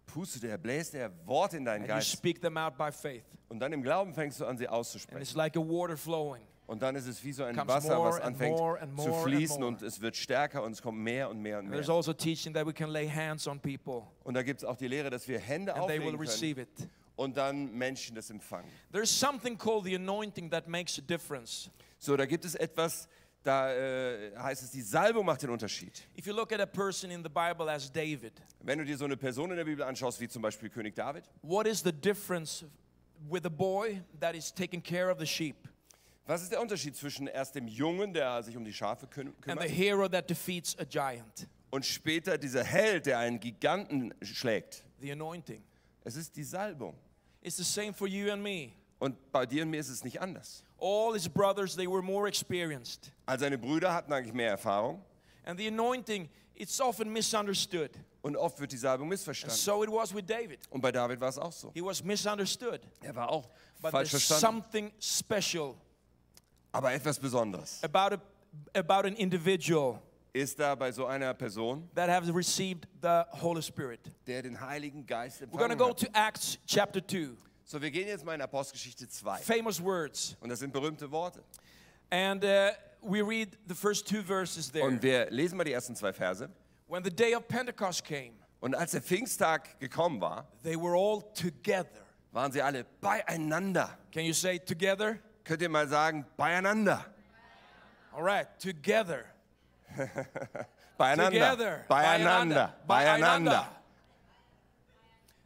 [SPEAKER 2] pustet er, bläst er Worte in deinen
[SPEAKER 1] And you
[SPEAKER 2] Geist.
[SPEAKER 1] speak them out by faith.
[SPEAKER 2] Und dann im Glauben fängst du an, sie
[SPEAKER 1] And
[SPEAKER 2] auszusprechen.
[SPEAKER 1] it's like a water flowing.
[SPEAKER 2] Und dann ist es wie so ein
[SPEAKER 1] Comes
[SPEAKER 2] Wasser,
[SPEAKER 1] more
[SPEAKER 2] was
[SPEAKER 1] and
[SPEAKER 2] anfängt
[SPEAKER 1] more and
[SPEAKER 2] zu
[SPEAKER 1] more and
[SPEAKER 2] fließen
[SPEAKER 1] more.
[SPEAKER 2] und es wird stärker und es kommt mehr und mehr und
[SPEAKER 1] There's
[SPEAKER 2] mehr.
[SPEAKER 1] also teaching that we can lay hands on people
[SPEAKER 2] Und da gibt es auch die Lehre, dass wir Hände
[SPEAKER 1] and they will
[SPEAKER 2] auflegen können
[SPEAKER 1] receive it.
[SPEAKER 2] und dann Menschen das empfangen.
[SPEAKER 1] There's something called the anointing that makes a difference.
[SPEAKER 2] So, da gibt es etwas, da äh, heißt es, die Salbung macht den Unterschied.
[SPEAKER 1] If you look at a person in the Bible as David,
[SPEAKER 2] Wenn du dir so eine Person in der Bibel anschaust, wie zum Beispiel König David,
[SPEAKER 1] what is the difference with a boy that is taking care of the sheep
[SPEAKER 2] was ist der Unterschied zwischen erst dem Jungen, der sich um die Schafe küm
[SPEAKER 1] and the
[SPEAKER 2] kümmert,
[SPEAKER 1] hero that defeats a giant?
[SPEAKER 2] und später dieser Held, der einen Giganten schlägt?
[SPEAKER 1] The anointing.
[SPEAKER 2] Es ist die Salbung.
[SPEAKER 1] It's the same for you and me.
[SPEAKER 2] Und bei dir und mir ist es nicht anders.
[SPEAKER 1] All his brothers, they were more experienced.
[SPEAKER 2] All seine Brüder hatten eigentlich mehr Erfahrung.
[SPEAKER 1] And the anointing, it's often misunderstood.
[SPEAKER 2] Und oft wird die Salbung
[SPEAKER 1] And
[SPEAKER 2] missverstanden.
[SPEAKER 1] so it was with David.
[SPEAKER 2] Und bei David war es auch so.
[SPEAKER 1] He was misunderstood.
[SPEAKER 2] Er war auch
[SPEAKER 1] But
[SPEAKER 2] falsch
[SPEAKER 1] there's
[SPEAKER 2] verstanden.
[SPEAKER 1] something special
[SPEAKER 2] Aber etwas Besonderes
[SPEAKER 1] about, a, about an individual
[SPEAKER 2] ist da bei so einer Person,
[SPEAKER 1] that has received the Holy Spirit.
[SPEAKER 2] der den Heiligen Geist
[SPEAKER 1] We're going to
[SPEAKER 2] empfangen
[SPEAKER 1] go
[SPEAKER 2] hat.
[SPEAKER 1] to Acts chapter 2.
[SPEAKER 2] So, wir gehen jetzt mal in Apostelgeschichte 2.
[SPEAKER 1] Famous words.
[SPEAKER 2] Und das sind berühmte Worte.
[SPEAKER 1] And uh, we read the first two verses there.
[SPEAKER 2] Und wir lesen mal die ersten zwei Verse.
[SPEAKER 1] When the day of Pentecost came,
[SPEAKER 2] Und als der Pfingsttag gekommen war,
[SPEAKER 1] they were all together.
[SPEAKER 2] waren sie alle beieinander.
[SPEAKER 1] Can you say together?
[SPEAKER 2] Könnt ihr mal sagen, beieinander.
[SPEAKER 1] All right, together.
[SPEAKER 2] Beieinander.
[SPEAKER 1] Together.
[SPEAKER 2] Beieinander.
[SPEAKER 1] Beieinander.
[SPEAKER 2] Beieinander.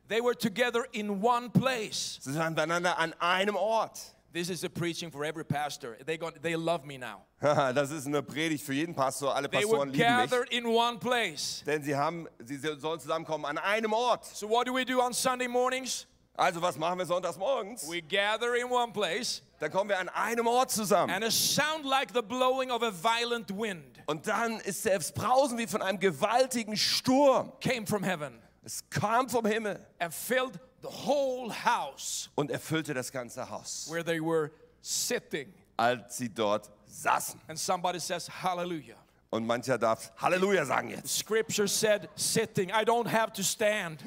[SPEAKER 1] They were together in one place.
[SPEAKER 2] Sie waren beieinander an einem Ort.
[SPEAKER 1] This is a preaching for every pastor. They, got, they love me now.
[SPEAKER 2] Haha, Das ist eine Predigt für jeden Pastor. Alle
[SPEAKER 1] They were
[SPEAKER 2] Pastoren lieben mich.
[SPEAKER 1] gathered in one place.
[SPEAKER 2] Denn sie haben, sie sollen zusammenkommen an einem Ort.
[SPEAKER 1] So, what do we do on Sunday mornings?
[SPEAKER 2] Also was machen wir sonntags morgens?
[SPEAKER 1] We gather in one place
[SPEAKER 2] Dann kommen wir an einem Ort zusammen.
[SPEAKER 1] and a sound like the blowing of a violent wind
[SPEAKER 2] Und dann ist selbst Brausen wie von einem gewaltigen Sturm.
[SPEAKER 1] came from heaven
[SPEAKER 2] Es kam vom Himmel
[SPEAKER 1] and filled the whole house
[SPEAKER 2] und erfüllte das ganze Haus,
[SPEAKER 1] where they were sitting.
[SPEAKER 2] als sie dort saßen.
[SPEAKER 1] And somebody says, Hallelujah.
[SPEAKER 2] Und mancher darf Halleluja sagen jetzt.
[SPEAKER 1] Scripture said, sitting. I don't have to stand.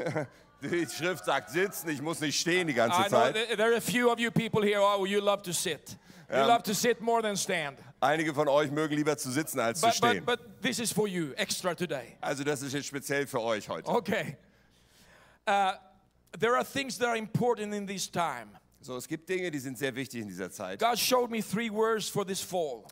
[SPEAKER 2] Die Schrift sagt sitzen, ich muss nicht stehen die ganze
[SPEAKER 1] I know
[SPEAKER 2] Zeit.
[SPEAKER 1] th- there are a few of you people here. Oh, you love to sit. You love to sit more than stand.
[SPEAKER 2] Einige von euch mögen lieber zu sitzen als zu
[SPEAKER 1] But, but,
[SPEAKER 2] stehen.
[SPEAKER 1] but this is for you, extra today.
[SPEAKER 2] Also das ist jetzt speziell für euch heute.
[SPEAKER 1] Okay. Uh, there are things that are important in this time.
[SPEAKER 2] So, es gibt Dinge, die sind sehr wichtig in dieser Zeit.
[SPEAKER 1] God showed me three words for this fall.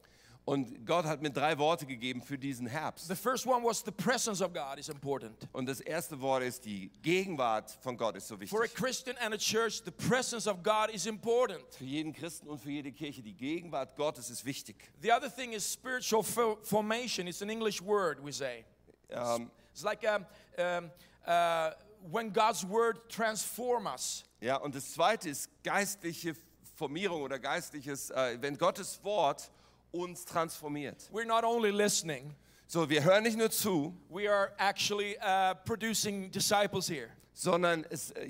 [SPEAKER 2] Und Gott hat mir drei Worte gegeben für diesen Herbst.
[SPEAKER 1] The first one was the presence of God is important.
[SPEAKER 2] Und das erste Wort ist die Gegenwart von Gott ist so
[SPEAKER 1] For a
[SPEAKER 2] wichtig.
[SPEAKER 1] Christian and a church, the presence of God is important.
[SPEAKER 2] Für jeden Christen und für jede Kirche die Gegenwart Gottes ist wichtig.
[SPEAKER 1] The other thing is spiritual fo- formation. It's an English word, we say.
[SPEAKER 2] Ähm,
[SPEAKER 1] It's like um, um, uh, when God's word transform us.
[SPEAKER 2] ja, und das zweite ist geistliche Formierung oder geistliches, äh, wenn Gottes Wort uns transformiert.
[SPEAKER 1] We're not only listening,
[SPEAKER 2] So, wir hören nicht nur zu,
[SPEAKER 1] we are actually uh, producing disciples here.
[SPEAKER 2] sondern es äh,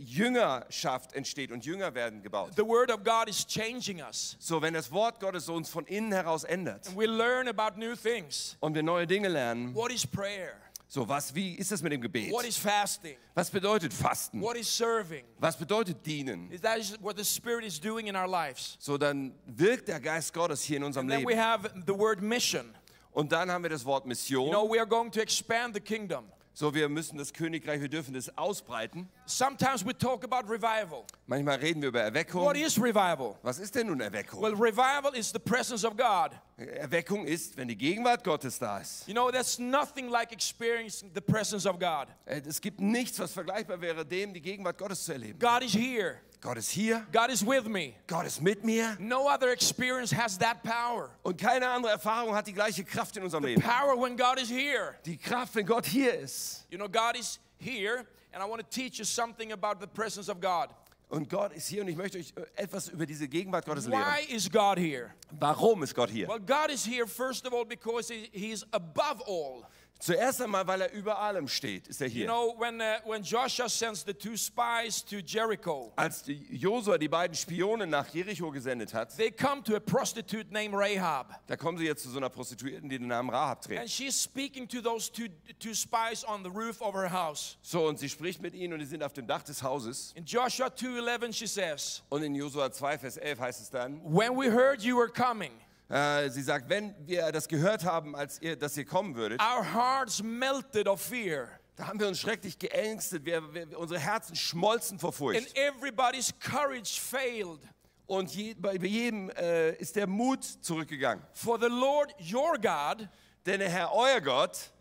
[SPEAKER 2] Jüngerschaft entsteht und Jünger werden gebaut.
[SPEAKER 1] The word of God is changing us.
[SPEAKER 2] So, wenn das Wort Gottes uns von innen heraus ändert
[SPEAKER 1] We learn about new things.
[SPEAKER 2] und wir neue Dinge lernen,
[SPEAKER 1] What is prayer?
[SPEAKER 2] so was, wie ist das mit dem Gebet?
[SPEAKER 1] What is fasting?
[SPEAKER 2] Was bedeutet Fasten?
[SPEAKER 1] What is serving?
[SPEAKER 2] Was bedeutet dienen?
[SPEAKER 1] Is that is what the Spirit is doing in our lives.
[SPEAKER 2] So, dann wirkt der Geist Gottes hier in unserem
[SPEAKER 1] Then we
[SPEAKER 2] Leben.
[SPEAKER 1] have the word mission.
[SPEAKER 2] Und dann haben wir das Wort
[SPEAKER 1] You know,
[SPEAKER 2] Mission.
[SPEAKER 1] we are going to expand the kingdom.
[SPEAKER 2] So, wir müssen das Königreich, wir dürfen das ausbreiten.
[SPEAKER 1] Sometimes we talk about revival.
[SPEAKER 2] Manchmal reden wir über
[SPEAKER 1] What
[SPEAKER 2] Erweckung.
[SPEAKER 1] is revival?
[SPEAKER 2] Was ist denn nun Erweckung?
[SPEAKER 1] Well, revival is the presence of God.
[SPEAKER 2] Erweckung ist, wenn die Gegenwart Gottes da ist.
[SPEAKER 1] You know, that's nothing like experiencing the presence of God.
[SPEAKER 2] Äh, Es gibt nichts, was vergleichbar wäre, dem die Gegenwart Gottes zu erleben.
[SPEAKER 1] God is here.
[SPEAKER 2] Gott ist hier,
[SPEAKER 1] God is with me.
[SPEAKER 2] Gott ist mit mir.
[SPEAKER 1] No other experience has that power.
[SPEAKER 2] Und keine andere Erfahrung hat die gleiche Kraft in unserem Leben.
[SPEAKER 1] Power when God is here.
[SPEAKER 2] Die Kraft, wenn Gott hier ist.
[SPEAKER 1] You know, God is here, and I want to teach you something about the presence of God.
[SPEAKER 2] Und Gott ist hier und ich möchte euch äh, etwas über diese Gegenwart Gottes lehren.
[SPEAKER 1] Why is God here?
[SPEAKER 2] Warum ist Gott hier?
[SPEAKER 1] Well, God is here, first of all, because He, he is above all.
[SPEAKER 2] Zuerst einmal, weil er über allem steht, ist er
[SPEAKER 1] You
[SPEAKER 2] hier.
[SPEAKER 1] know, when, uh, when Joshua sends the two spies to Jericho,
[SPEAKER 2] Als die- Josua die beiden Spione nach Jericho gesendet hat,
[SPEAKER 1] they come to a prostitute named Rahab.
[SPEAKER 2] da kommen sie jetzt zu so einer Prostituierten, die den Namen Rahab trägt.
[SPEAKER 1] And she's speaking to those two, two spies on the roof of her house.
[SPEAKER 2] So, und sie spricht mit ihnen und die sind auf dem Dach des Hauses.
[SPEAKER 1] In Joshua 2.11, she says,
[SPEAKER 2] Und in Josua 2, Vers 11 heißt es dann,
[SPEAKER 1] When we heard you were coming,
[SPEAKER 2] äh, sie sagt, wenn wir das gehört haben, als ihr, dass ihr kommen würdet,
[SPEAKER 1] our hearts melted of fear,
[SPEAKER 2] da haben wir uns schrecklich geängstet, wir, wir, unsere Herzen schmolzen vor Furcht.
[SPEAKER 1] and everybody's courage failed.
[SPEAKER 2] Und je, bei bei jedem äh, ist der Mut zurückgegangen.
[SPEAKER 1] For the Lord your God
[SPEAKER 2] Denn der Herr, euer Gott,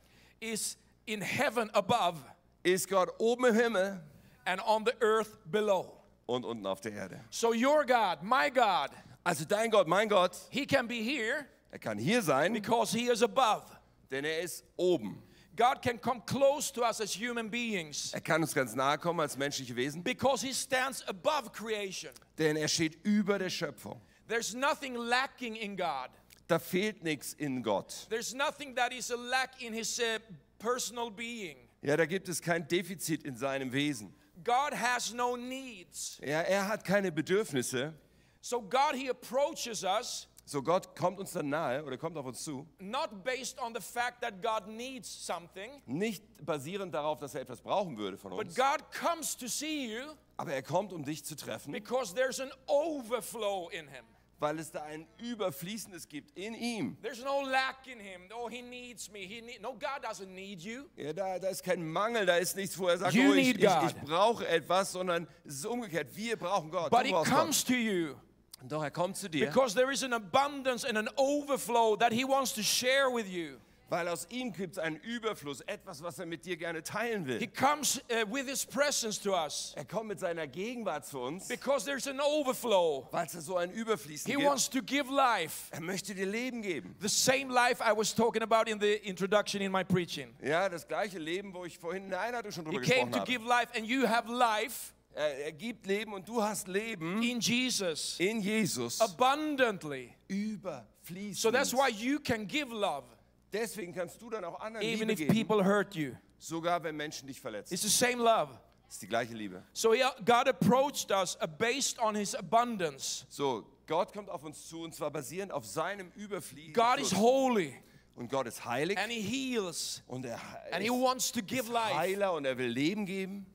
[SPEAKER 1] is in heaven above
[SPEAKER 2] ist Gott oben im Himmel
[SPEAKER 1] and on the earth below.
[SPEAKER 2] und unten auf der Erde.
[SPEAKER 1] So your God, my God,
[SPEAKER 2] Also dein Gott, mein Gott,
[SPEAKER 1] he can be here
[SPEAKER 2] er kann hier sein,
[SPEAKER 1] because he is above.
[SPEAKER 2] denn er ist oben.
[SPEAKER 1] God can come close to us as human beings
[SPEAKER 2] Er kann uns ganz nahe kommen als menschliche Wesen,
[SPEAKER 1] because he stands above creation.
[SPEAKER 2] denn er steht über der Schöpfung.
[SPEAKER 1] There's nothing lacking in God.
[SPEAKER 2] Da fehlt nichts in Gott.
[SPEAKER 1] There's nothing that is a lack in his uh, personal being.
[SPEAKER 2] Ja, da gibt es kein Defizit in seinem Wesen.
[SPEAKER 1] God has no needs.
[SPEAKER 2] Ja, er hat keine Bedürfnisse.
[SPEAKER 1] So God he approaches us
[SPEAKER 2] So Gott kommt uns dann nahe oder kommt auf uns zu,
[SPEAKER 1] not based on the fact that God needs something,
[SPEAKER 2] nicht basierend darauf, dass er etwas brauchen würde von
[SPEAKER 1] but
[SPEAKER 2] uns,
[SPEAKER 1] God comes to see you
[SPEAKER 2] aber er kommt, um dich zu treffen.
[SPEAKER 1] because there's an overflow in him.
[SPEAKER 2] weil es da ein Überfließendes gibt in ihm.
[SPEAKER 1] There's no lack in him. Oh, he needs me. He need, no, God doesn't need you.
[SPEAKER 2] Ja, da, da ist kein Mangel, da ist nichts, wo er sagt,
[SPEAKER 1] You
[SPEAKER 2] oh, ich,
[SPEAKER 1] need
[SPEAKER 2] ich, ich
[SPEAKER 1] God.
[SPEAKER 2] brauche etwas, sondern es ist umgekehrt. Wir brauchen Gott.
[SPEAKER 1] But
[SPEAKER 2] du
[SPEAKER 1] he
[SPEAKER 2] brauchst Gott.
[SPEAKER 1] comes to you
[SPEAKER 2] Doch er kommt zu dir,
[SPEAKER 1] Because there is an abundance and an overflow that He wants to share with you.
[SPEAKER 2] weil aus ihm gibt es einen Überfluss, etwas, was er mit dir gerne teilen
[SPEAKER 1] He
[SPEAKER 2] will.
[SPEAKER 1] comes uh, with His presence to us
[SPEAKER 2] Er kommt mit seiner Gegenwart zu uns,
[SPEAKER 1] because there's an overflow.
[SPEAKER 2] weil es da so ein Überfließen
[SPEAKER 1] He
[SPEAKER 2] gibt.
[SPEAKER 1] wants to give life,
[SPEAKER 2] Er möchte dir Leben geben.
[SPEAKER 1] the same life I was talking about in the introduction in my preaching.
[SPEAKER 2] Ja, das gleiche Leben, wo ich vorhin in der Einleitung schon
[SPEAKER 1] He
[SPEAKER 2] drüber
[SPEAKER 1] came
[SPEAKER 2] gesprochen
[SPEAKER 1] to
[SPEAKER 2] habe.
[SPEAKER 1] give life, and you have life
[SPEAKER 2] Er, er gibt Leben und du hast Leben
[SPEAKER 1] in Jesus
[SPEAKER 2] in Jesus
[SPEAKER 1] abundantly.
[SPEAKER 2] überfließen.
[SPEAKER 1] So that's why you can give love
[SPEAKER 2] Deswegen kannst du dann auch anderen
[SPEAKER 1] even
[SPEAKER 2] Liebe
[SPEAKER 1] if
[SPEAKER 2] geben,
[SPEAKER 1] people hurt you.
[SPEAKER 2] sogar wenn Menschen dich verletzen.
[SPEAKER 1] It's the same love.
[SPEAKER 2] Das ist die gleiche Liebe.
[SPEAKER 1] So he, uh, God approached us uh, based on His abundance.
[SPEAKER 2] So, Gott kommt auf uns zu und zwar basierend auf seinem Überfließen.
[SPEAKER 1] God is holy
[SPEAKER 2] und Gott ist heilig
[SPEAKER 1] and He heals
[SPEAKER 2] und er
[SPEAKER 1] and He
[SPEAKER 2] ist
[SPEAKER 1] wants to give life.
[SPEAKER 2] Heiler und er will Leben geben.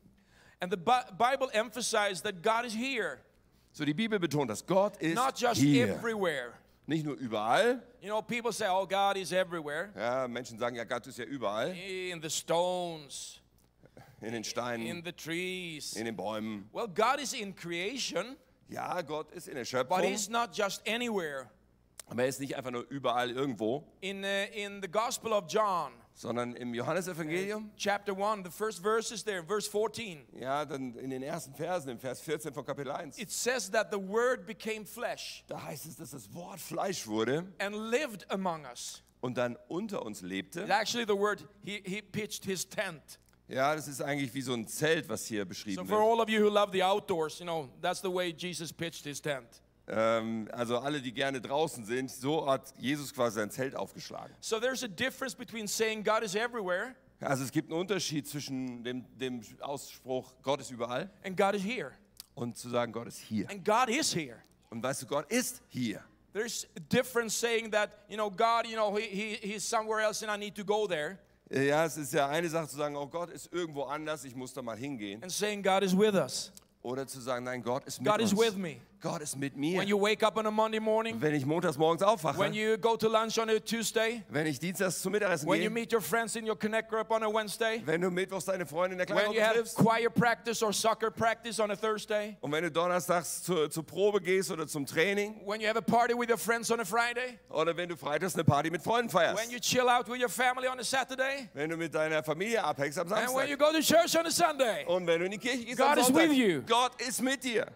[SPEAKER 1] And the Bi- Bible emphasizes that God is here,
[SPEAKER 2] So, die Bibel betont das. Gott ist
[SPEAKER 1] not just
[SPEAKER 2] hier.
[SPEAKER 1] everywhere.
[SPEAKER 2] Nicht nur überall.
[SPEAKER 1] You know, people say, oh, God is everywhere
[SPEAKER 2] Ja, Menschen sagen ja, Gott ist ja überall.
[SPEAKER 1] in the stones,
[SPEAKER 2] In den Steinen,
[SPEAKER 1] in
[SPEAKER 2] in,
[SPEAKER 1] the trees.
[SPEAKER 2] den Bäumen.
[SPEAKER 1] Well, God is in creation,
[SPEAKER 2] Ja, Gott ist in der
[SPEAKER 1] but
[SPEAKER 2] Schöpfung.
[SPEAKER 1] He's not just anywhere.
[SPEAKER 2] Aber er ist nicht einfach nur überall irgendwo,
[SPEAKER 1] In, uh, in the Gospel of John,
[SPEAKER 2] sondern im Johannesevangelium.
[SPEAKER 1] chapter 1, the first verse is there, verse 14.
[SPEAKER 2] Ja, dann in den ersten Versen, im Vers 14 von Kapitel 1.
[SPEAKER 1] It says that the Word became flesh
[SPEAKER 2] Da heißt es, dass das Wort Fleisch wurde
[SPEAKER 1] and lived among us.
[SPEAKER 2] und dann unter uns lebte.
[SPEAKER 1] And Actually, the word, he, he pitched his tent.
[SPEAKER 2] Ja, das ist eigentlich wie so ein Zelt, was hier
[SPEAKER 1] So,
[SPEAKER 2] beschrieben
[SPEAKER 1] for
[SPEAKER 2] wird.
[SPEAKER 1] all of you who love the outdoors, you know, that's the way Jesus pitched his tent.
[SPEAKER 2] Ähm, also alle, die gerne draußen sind, so hat Jesus quasi sein Zelt aufgeschlagen.
[SPEAKER 1] So, there's a difference between saying God is everywhere
[SPEAKER 2] Also es gibt einen Unterschied zwischen dem, dem Ausspruch, Gott ist überall,
[SPEAKER 1] and God is here.
[SPEAKER 2] und zu sagen, Gott ist hier.
[SPEAKER 1] And God is here.
[SPEAKER 2] Und weißt du, Gott ist hier.
[SPEAKER 1] There's a difference saying that, you know, God, you know, he, he, he's somewhere else and I need to go there,
[SPEAKER 2] Ja, es ist ja eine Sache zu sagen, oh Gott ist irgendwo anders, ich muss da mal hingehen.
[SPEAKER 1] and saying God is with us.
[SPEAKER 2] Oder zu sagen, nein, Gott ist mit
[SPEAKER 1] God
[SPEAKER 2] uns.
[SPEAKER 1] is with me.
[SPEAKER 2] Gott ist mit mir.
[SPEAKER 1] When you wake up on a Monday morning,
[SPEAKER 2] wenn ich montags morgens aufwache,
[SPEAKER 1] when you go to lunch on a Tuesday,
[SPEAKER 2] wenn ich dienstags zum Mittagessen
[SPEAKER 1] when you
[SPEAKER 2] gehe,
[SPEAKER 1] meet your friends in your Connect group on a Wednesday,
[SPEAKER 2] wenn du mittwochs deine Freundin in der
[SPEAKER 1] when you
[SPEAKER 2] Kleingruppe
[SPEAKER 1] have
[SPEAKER 2] triffst
[SPEAKER 1] choir practice or soccer practice on a Thursday,
[SPEAKER 2] und wenn du donnerstags zur, zur Probe gehst oder zum Training
[SPEAKER 1] when you have a party with your friends on a Friday,
[SPEAKER 2] oder wenn du freitags eine Party mit Freunden feierst,
[SPEAKER 1] when you chill out with your family on a Saturday,
[SPEAKER 2] wenn du mit deiner Familie abhängst am
[SPEAKER 1] and when
[SPEAKER 2] Samstag
[SPEAKER 1] you go to church on a Sunday.
[SPEAKER 2] und wenn du in die Kirche gehst
[SPEAKER 1] God
[SPEAKER 2] am
[SPEAKER 1] is
[SPEAKER 2] Sonntag.
[SPEAKER 1] with you.
[SPEAKER 2] Gott ist mit dir.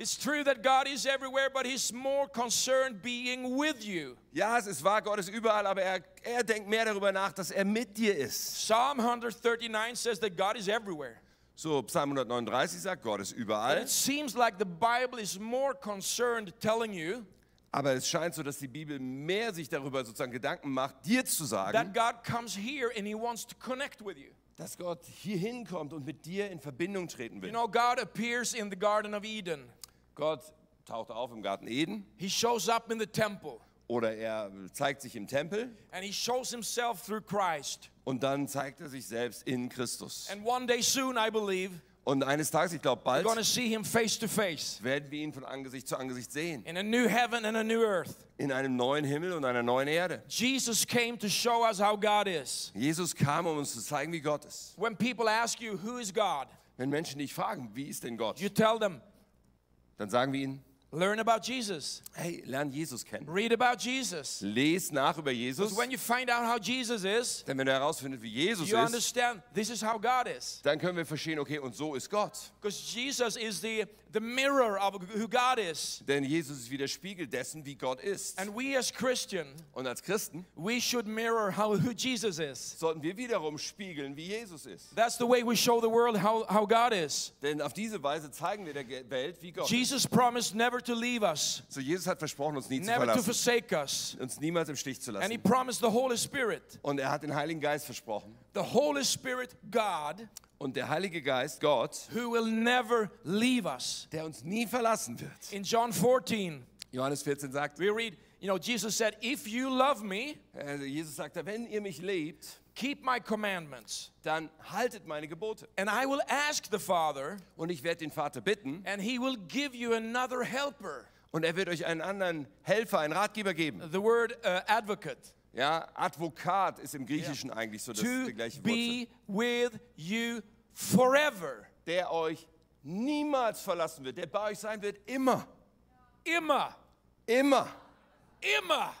[SPEAKER 1] It's true that God is everywhere, but He's more concerned being with you.
[SPEAKER 2] Ja, es ist wahr, Gott ist überall, aber er, er denkt mehr darüber nach, dass er mit dir ist.
[SPEAKER 1] Psalm 139 says that God is everywhere.
[SPEAKER 2] So, Psalm 139 sagt, Gott ist überall,
[SPEAKER 1] It seems like the Bible is more concerned telling you
[SPEAKER 2] aber es scheint so, dass die Bibel mehr sich darüber sozusagen Gedanken macht, dir zu sagen,
[SPEAKER 1] that God comes here and He wants to connect with you.
[SPEAKER 2] dass Gott hier hinkommt und mit dir in Verbindung treten will.
[SPEAKER 1] You know, God appears in the Garden of Eden,
[SPEAKER 2] Gott taucht auf im Garten Eden
[SPEAKER 1] He shows up in the temple,
[SPEAKER 2] oder er zeigt sich im Tempel
[SPEAKER 1] and He shows Himself through Christ.
[SPEAKER 2] und dann zeigt er sich selbst in Christus.
[SPEAKER 1] And one day soon, I believe,
[SPEAKER 2] Und eines Tages, ich glaube
[SPEAKER 1] we're going to
[SPEAKER 2] bald,
[SPEAKER 1] see Him face to face
[SPEAKER 2] werden wir ihn von Angesicht zu Angesicht sehen.
[SPEAKER 1] in a new heaven and a new earth.
[SPEAKER 2] In einem neuen Himmel und einer neuen Erde.
[SPEAKER 1] Jesus came to show us how God is.
[SPEAKER 2] Jesus kam, um uns zu zeigen, wie Gott ist.
[SPEAKER 1] When people ask you, Who is God?
[SPEAKER 2] Wenn Menschen dich fragen, wie ist denn Gott,
[SPEAKER 1] you tell them,
[SPEAKER 2] dann sagen wir ihnen,
[SPEAKER 1] learn about Jesus,
[SPEAKER 2] hey, lern Jesus kennen.
[SPEAKER 1] read about Jesus.
[SPEAKER 2] Lies nach über Jesus,
[SPEAKER 1] Because when you find out how Jesus is,
[SPEAKER 2] denn wenn du herausfindest, wie Jesus
[SPEAKER 1] you
[SPEAKER 2] ist,
[SPEAKER 1] understand this is how God is.
[SPEAKER 2] dann können wir verstehen, okay, und so ist Gott.
[SPEAKER 1] Because Jesus is the, the mirror of who God is.
[SPEAKER 2] Denn Jesus ist wie der Spiegel dessen, wie Gott ist.
[SPEAKER 1] And we as Christians,
[SPEAKER 2] Und als Christen
[SPEAKER 1] we should mirror how, who Jesus is.
[SPEAKER 2] sollten wir wiederum spiegeln, wie Jesus ist.
[SPEAKER 1] That's the way we show the world how, how God is.
[SPEAKER 2] Denn auf diese Weise zeigen wir der Ge- Welt, wie Gott ist.
[SPEAKER 1] Jesus promised never to leave us,
[SPEAKER 2] So Jesus hat versprochen, uns nie zu
[SPEAKER 1] never to
[SPEAKER 2] verlassen,
[SPEAKER 1] forsake us.
[SPEAKER 2] uns niemals im Stich zu
[SPEAKER 1] And he
[SPEAKER 2] lassen.
[SPEAKER 1] promised the Holy Spirit.
[SPEAKER 2] Und er hat den Heiligen Geist versprochen.
[SPEAKER 1] The Holy Spirit, God,
[SPEAKER 2] Und der Heilige Geist, Gott,
[SPEAKER 1] who will never leave us.
[SPEAKER 2] der uns nie verlassen wird.
[SPEAKER 1] In John 14,
[SPEAKER 2] Johannes 14 sagt,
[SPEAKER 1] we read, you know, Jesus said, If you love me,
[SPEAKER 2] also Jesus sagt, da, wenn ihr mich liebt,
[SPEAKER 1] keep my commandments.
[SPEAKER 2] dann haltet meine Gebote.
[SPEAKER 1] And I will ask the Father,
[SPEAKER 2] Und ich werde den Vater bitten
[SPEAKER 1] and he will give you another helper.
[SPEAKER 2] und er wird euch einen anderen Helfer, einen Ratgeber geben.
[SPEAKER 1] The word uh, advocate.
[SPEAKER 2] Ja, Advokat ist im Griechischen eigentlich so das, die
[SPEAKER 1] To
[SPEAKER 2] gleiche Wurzel.
[SPEAKER 1] be with you forever.
[SPEAKER 2] Der euch niemals verlassen wird, der bei euch sein wird, immer.
[SPEAKER 1] Immer,
[SPEAKER 2] Immer.
[SPEAKER 1] immer,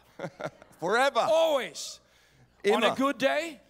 [SPEAKER 2] Forever.
[SPEAKER 1] always. On a
[SPEAKER 2] Immer.
[SPEAKER 1] good day,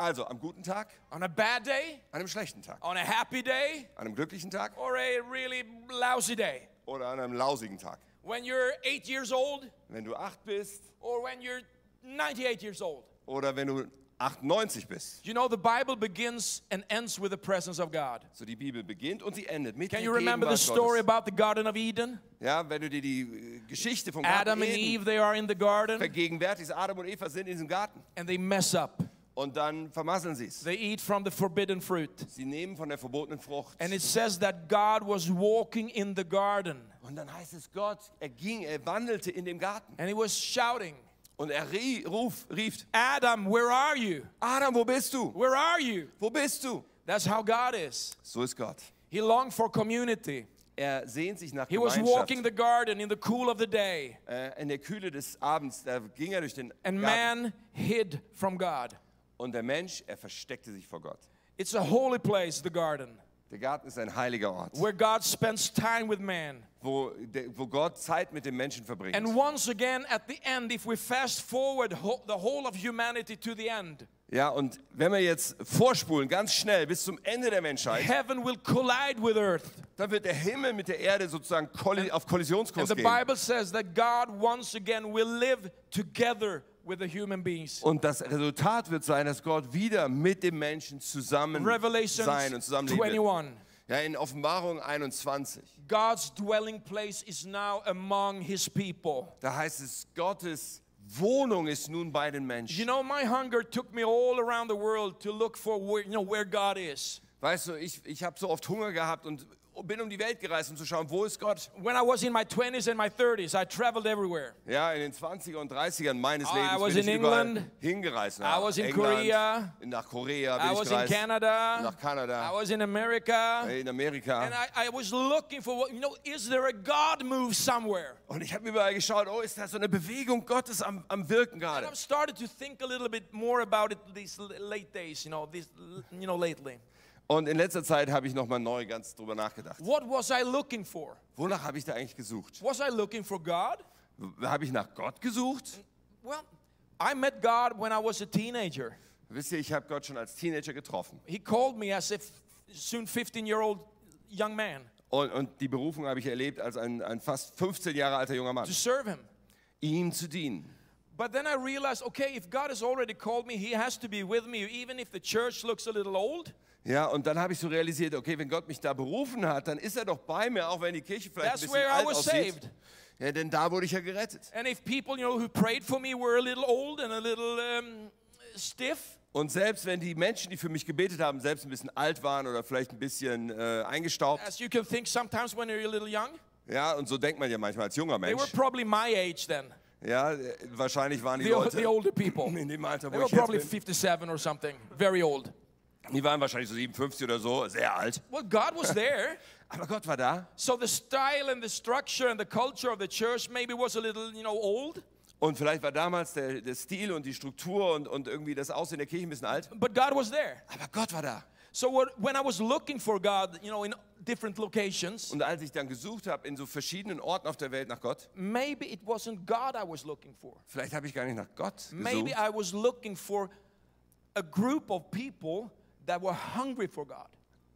[SPEAKER 2] Also am guten Tag,
[SPEAKER 1] on a bad day,
[SPEAKER 2] an einem schlechten Tag,
[SPEAKER 1] on a happy day,
[SPEAKER 2] an einem glücklichen Tag
[SPEAKER 1] or a really lousy day.
[SPEAKER 2] oder an einem lausigen Tag.
[SPEAKER 1] When you're eight years old,
[SPEAKER 2] Wenn du acht bist
[SPEAKER 1] or when you're 98 years old.
[SPEAKER 2] oder wenn du 98 bist.
[SPEAKER 1] You know, the Bible begins and ends with the presence of God.
[SPEAKER 2] So die Bibel beginnt und sie endet mit
[SPEAKER 1] Can
[SPEAKER 2] der
[SPEAKER 1] you remember the
[SPEAKER 2] Gegenwart
[SPEAKER 1] story
[SPEAKER 2] Gottes.
[SPEAKER 1] about the Garden of Eden?
[SPEAKER 2] Ja, wenn du dir die äh, Geschichte vom Garten
[SPEAKER 1] Adam and
[SPEAKER 2] Eden
[SPEAKER 1] Eve, they are in the garden
[SPEAKER 2] vergegenwärtigst, Adam und Eva sind in diesem Garten
[SPEAKER 1] and they mess up.
[SPEAKER 2] und dann vermasseln sie es.
[SPEAKER 1] They eat from the forbidden fruit.
[SPEAKER 2] Sie nehmen von der verbotenen Frucht.
[SPEAKER 1] And it says that God was walking in the garden
[SPEAKER 2] Und dann heißt es Gott, er ging, er wandelte in dem Garten
[SPEAKER 1] and he was shouting,
[SPEAKER 2] und er rie, ruf, rief,
[SPEAKER 1] Adam, where are you?
[SPEAKER 2] Adam, wo bist du?
[SPEAKER 1] Where are you?
[SPEAKER 2] Wo bist du?
[SPEAKER 1] That's how God is.
[SPEAKER 2] So ist Gott.
[SPEAKER 1] He longed for community.
[SPEAKER 2] Er sehnt sich nach
[SPEAKER 1] He was
[SPEAKER 2] Gemeinschaft.
[SPEAKER 1] walking the garden in the cool of the day
[SPEAKER 2] Äh, in der Kühle des Abends, da ging er durch den
[SPEAKER 1] and
[SPEAKER 2] Garten.
[SPEAKER 1] man hid from God.
[SPEAKER 2] Und der Mensch, er versteckte sich vor Gott.
[SPEAKER 1] It's a holy place, the garden,
[SPEAKER 2] Der Garten ist ein heiliger Ort,
[SPEAKER 1] where God spends time with man.
[SPEAKER 2] wo, der, wo Gott Zeit mit dem Menschen verbringt.
[SPEAKER 1] And once again, at the end, if we fast forward ho- the whole of humanity to the end,
[SPEAKER 2] Ja, und wenn wir jetzt vorspulen, ganz schnell bis zum Ende der Menschheit,
[SPEAKER 1] heaven will collide with earth.
[SPEAKER 2] dann wird der Himmel mit der Erde sozusagen kolli auf
[SPEAKER 1] And
[SPEAKER 2] Kollisionskurs
[SPEAKER 1] the
[SPEAKER 2] gehen.
[SPEAKER 1] Bible says that God once again will live together with the human beings.
[SPEAKER 2] Und das Resultat wird sein, dass Gott wieder mit dem Menschen zusammen
[SPEAKER 1] Revelation
[SPEAKER 2] sein und zusammenleben wird.
[SPEAKER 1] 21.
[SPEAKER 2] Ja, in Offenbarung 21,
[SPEAKER 1] God's dwelling place is now among his people.
[SPEAKER 2] da heißt es, Gottes Wohnung ist nun bei den Menschen.
[SPEAKER 1] You know, my hunger took me all around the world to look for where, you know, where God is.
[SPEAKER 2] Weißt du, ich, ich habe so oft Hunger gehabt und bin um die Welt gereist, um zu schauen, wo ist Gott?
[SPEAKER 1] When I was in my 20s and my 30s, I traveled everywhere.
[SPEAKER 2] Ja, in den 20er und 30ern meines
[SPEAKER 1] Ah, I
[SPEAKER 2] Lebens
[SPEAKER 1] was
[SPEAKER 2] bin ich
[SPEAKER 1] in
[SPEAKER 2] überall
[SPEAKER 1] England.
[SPEAKER 2] hingereist.
[SPEAKER 1] I was in
[SPEAKER 2] England,
[SPEAKER 1] Korea.
[SPEAKER 2] Nach Korea bin
[SPEAKER 1] I
[SPEAKER 2] ich
[SPEAKER 1] was in
[SPEAKER 2] gereist.
[SPEAKER 1] Canada.
[SPEAKER 2] Nach Kanada.
[SPEAKER 1] I was in America.
[SPEAKER 2] in Amerika.
[SPEAKER 1] And I, I was looking for what, you know, is there a God move somewhere?
[SPEAKER 2] und ich habe überall geschaut, oh, ist da so eine Bewegung Gottes am, am
[SPEAKER 1] And
[SPEAKER 2] Wirken gerade?
[SPEAKER 1] I've started to think a little bit more about it these l- late days, you know, these, l- you know, lately.
[SPEAKER 2] Und in letzter Zeit habe ich nochmal neu ganz drüber nachgedacht.
[SPEAKER 1] What was I looking for?
[SPEAKER 2] Wonach habe ich da eigentlich gesucht?
[SPEAKER 1] Was I looking for God?
[SPEAKER 2] Habe ich nach Gott gesucht?
[SPEAKER 1] Well, I met God when I was a teenager.
[SPEAKER 2] Wisst ihr, ich habe Gott schon als Teenager getroffen.
[SPEAKER 1] He called me as a f- soon 15-year-old young man
[SPEAKER 2] Und, und die Berufung habe ich erlebt als ein, ein fast 15 Jahre alter junger Mann.
[SPEAKER 1] to serve him.
[SPEAKER 2] Ihm zu dienen.
[SPEAKER 1] But then I realized, okay, if God has already called me, he has to be with me even if the church looks a little old.
[SPEAKER 2] Ja, und dann habe ich so realisiert, okay, wenn Gott mich da berufen hat, dann ist er doch bei mir, auch wenn die Kirche vielleicht
[SPEAKER 1] That's
[SPEAKER 2] ein bisschen
[SPEAKER 1] where I
[SPEAKER 2] alt
[SPEAKER 1] was
[SPEAKER 2] aussieht.
[SPEAKER 1] saved.
[SPEAKER 2] Ja, denn da wurde ich ja gerettet.
[SPEAKER 1] And if people, you know, who prayed for me were a little old and a little um, stiff,
[SPEAKER 2] Und selbst wenn die Menschen, die für mich gebetet haben, selbst ein bisschen alt waren oder vielleicht ein bisschen äh, eingestaubt,
[SPEAKER 1] as you can think sometimes when you're a little young,
[SPEAKER 2] ja, und so denkt man ja manchmal als junger
[SPEAKER 1] they were
[SPEAKER 2] Mensch,
[SPEAKER 1] probably my age then.
[SPEAKER 2] ja, äh, wahrscheinlich waren die
[SPEAKER 1] The, ol- the
[SPEAKER 2] Leute
[SPEAKER 1] older people.
[SPEAKER 2] in dem Alter,
[SPEAKER 1] They
[SPEAKER 2] wo
[SPEAKER 1] were
[SPEAKER 2] ich jetzt
[SPEAKER 1] probably
[SPEAKER 2] bin,
[SPEAKER 1] 57 or something, very old.
[SPEAKER 2] die waren wahrscheinlich so 57 oder so, sehr alt.
[SPEAKER 1] Well, God was there.
[SPEAKER 2] Aber Gott war da
[SPEAKER 1] So the style and the structure and the culture of the church maybe was a little, you know, old.
[SPEAKER 2] und vielleicht war damals der, der Stil und die Struktur und, und irgendwie das Aussehen der Kirche ein bisschen alt.
[SPEAKER 1] But God was there.
[SPEAKER 2] Aber Gott war da.
[SPEAKER 1] So what, when I was looking for God, you know, in different locations,
[SPEAKER 2] Und als ich dann gesucht habe in so verschiedenen Orten auf der Welt nach Gott,
[SPEAKER 1] maybe it wasn't God I was looking for.
[SPEAKER 2] vielleicht habe ich gar nicht nach Gott
[SPEAKER 1] Maybe
[SPEAKER 2] gesucht,
[SPEAKER 1] I was looking for a group of people that were hungry for God.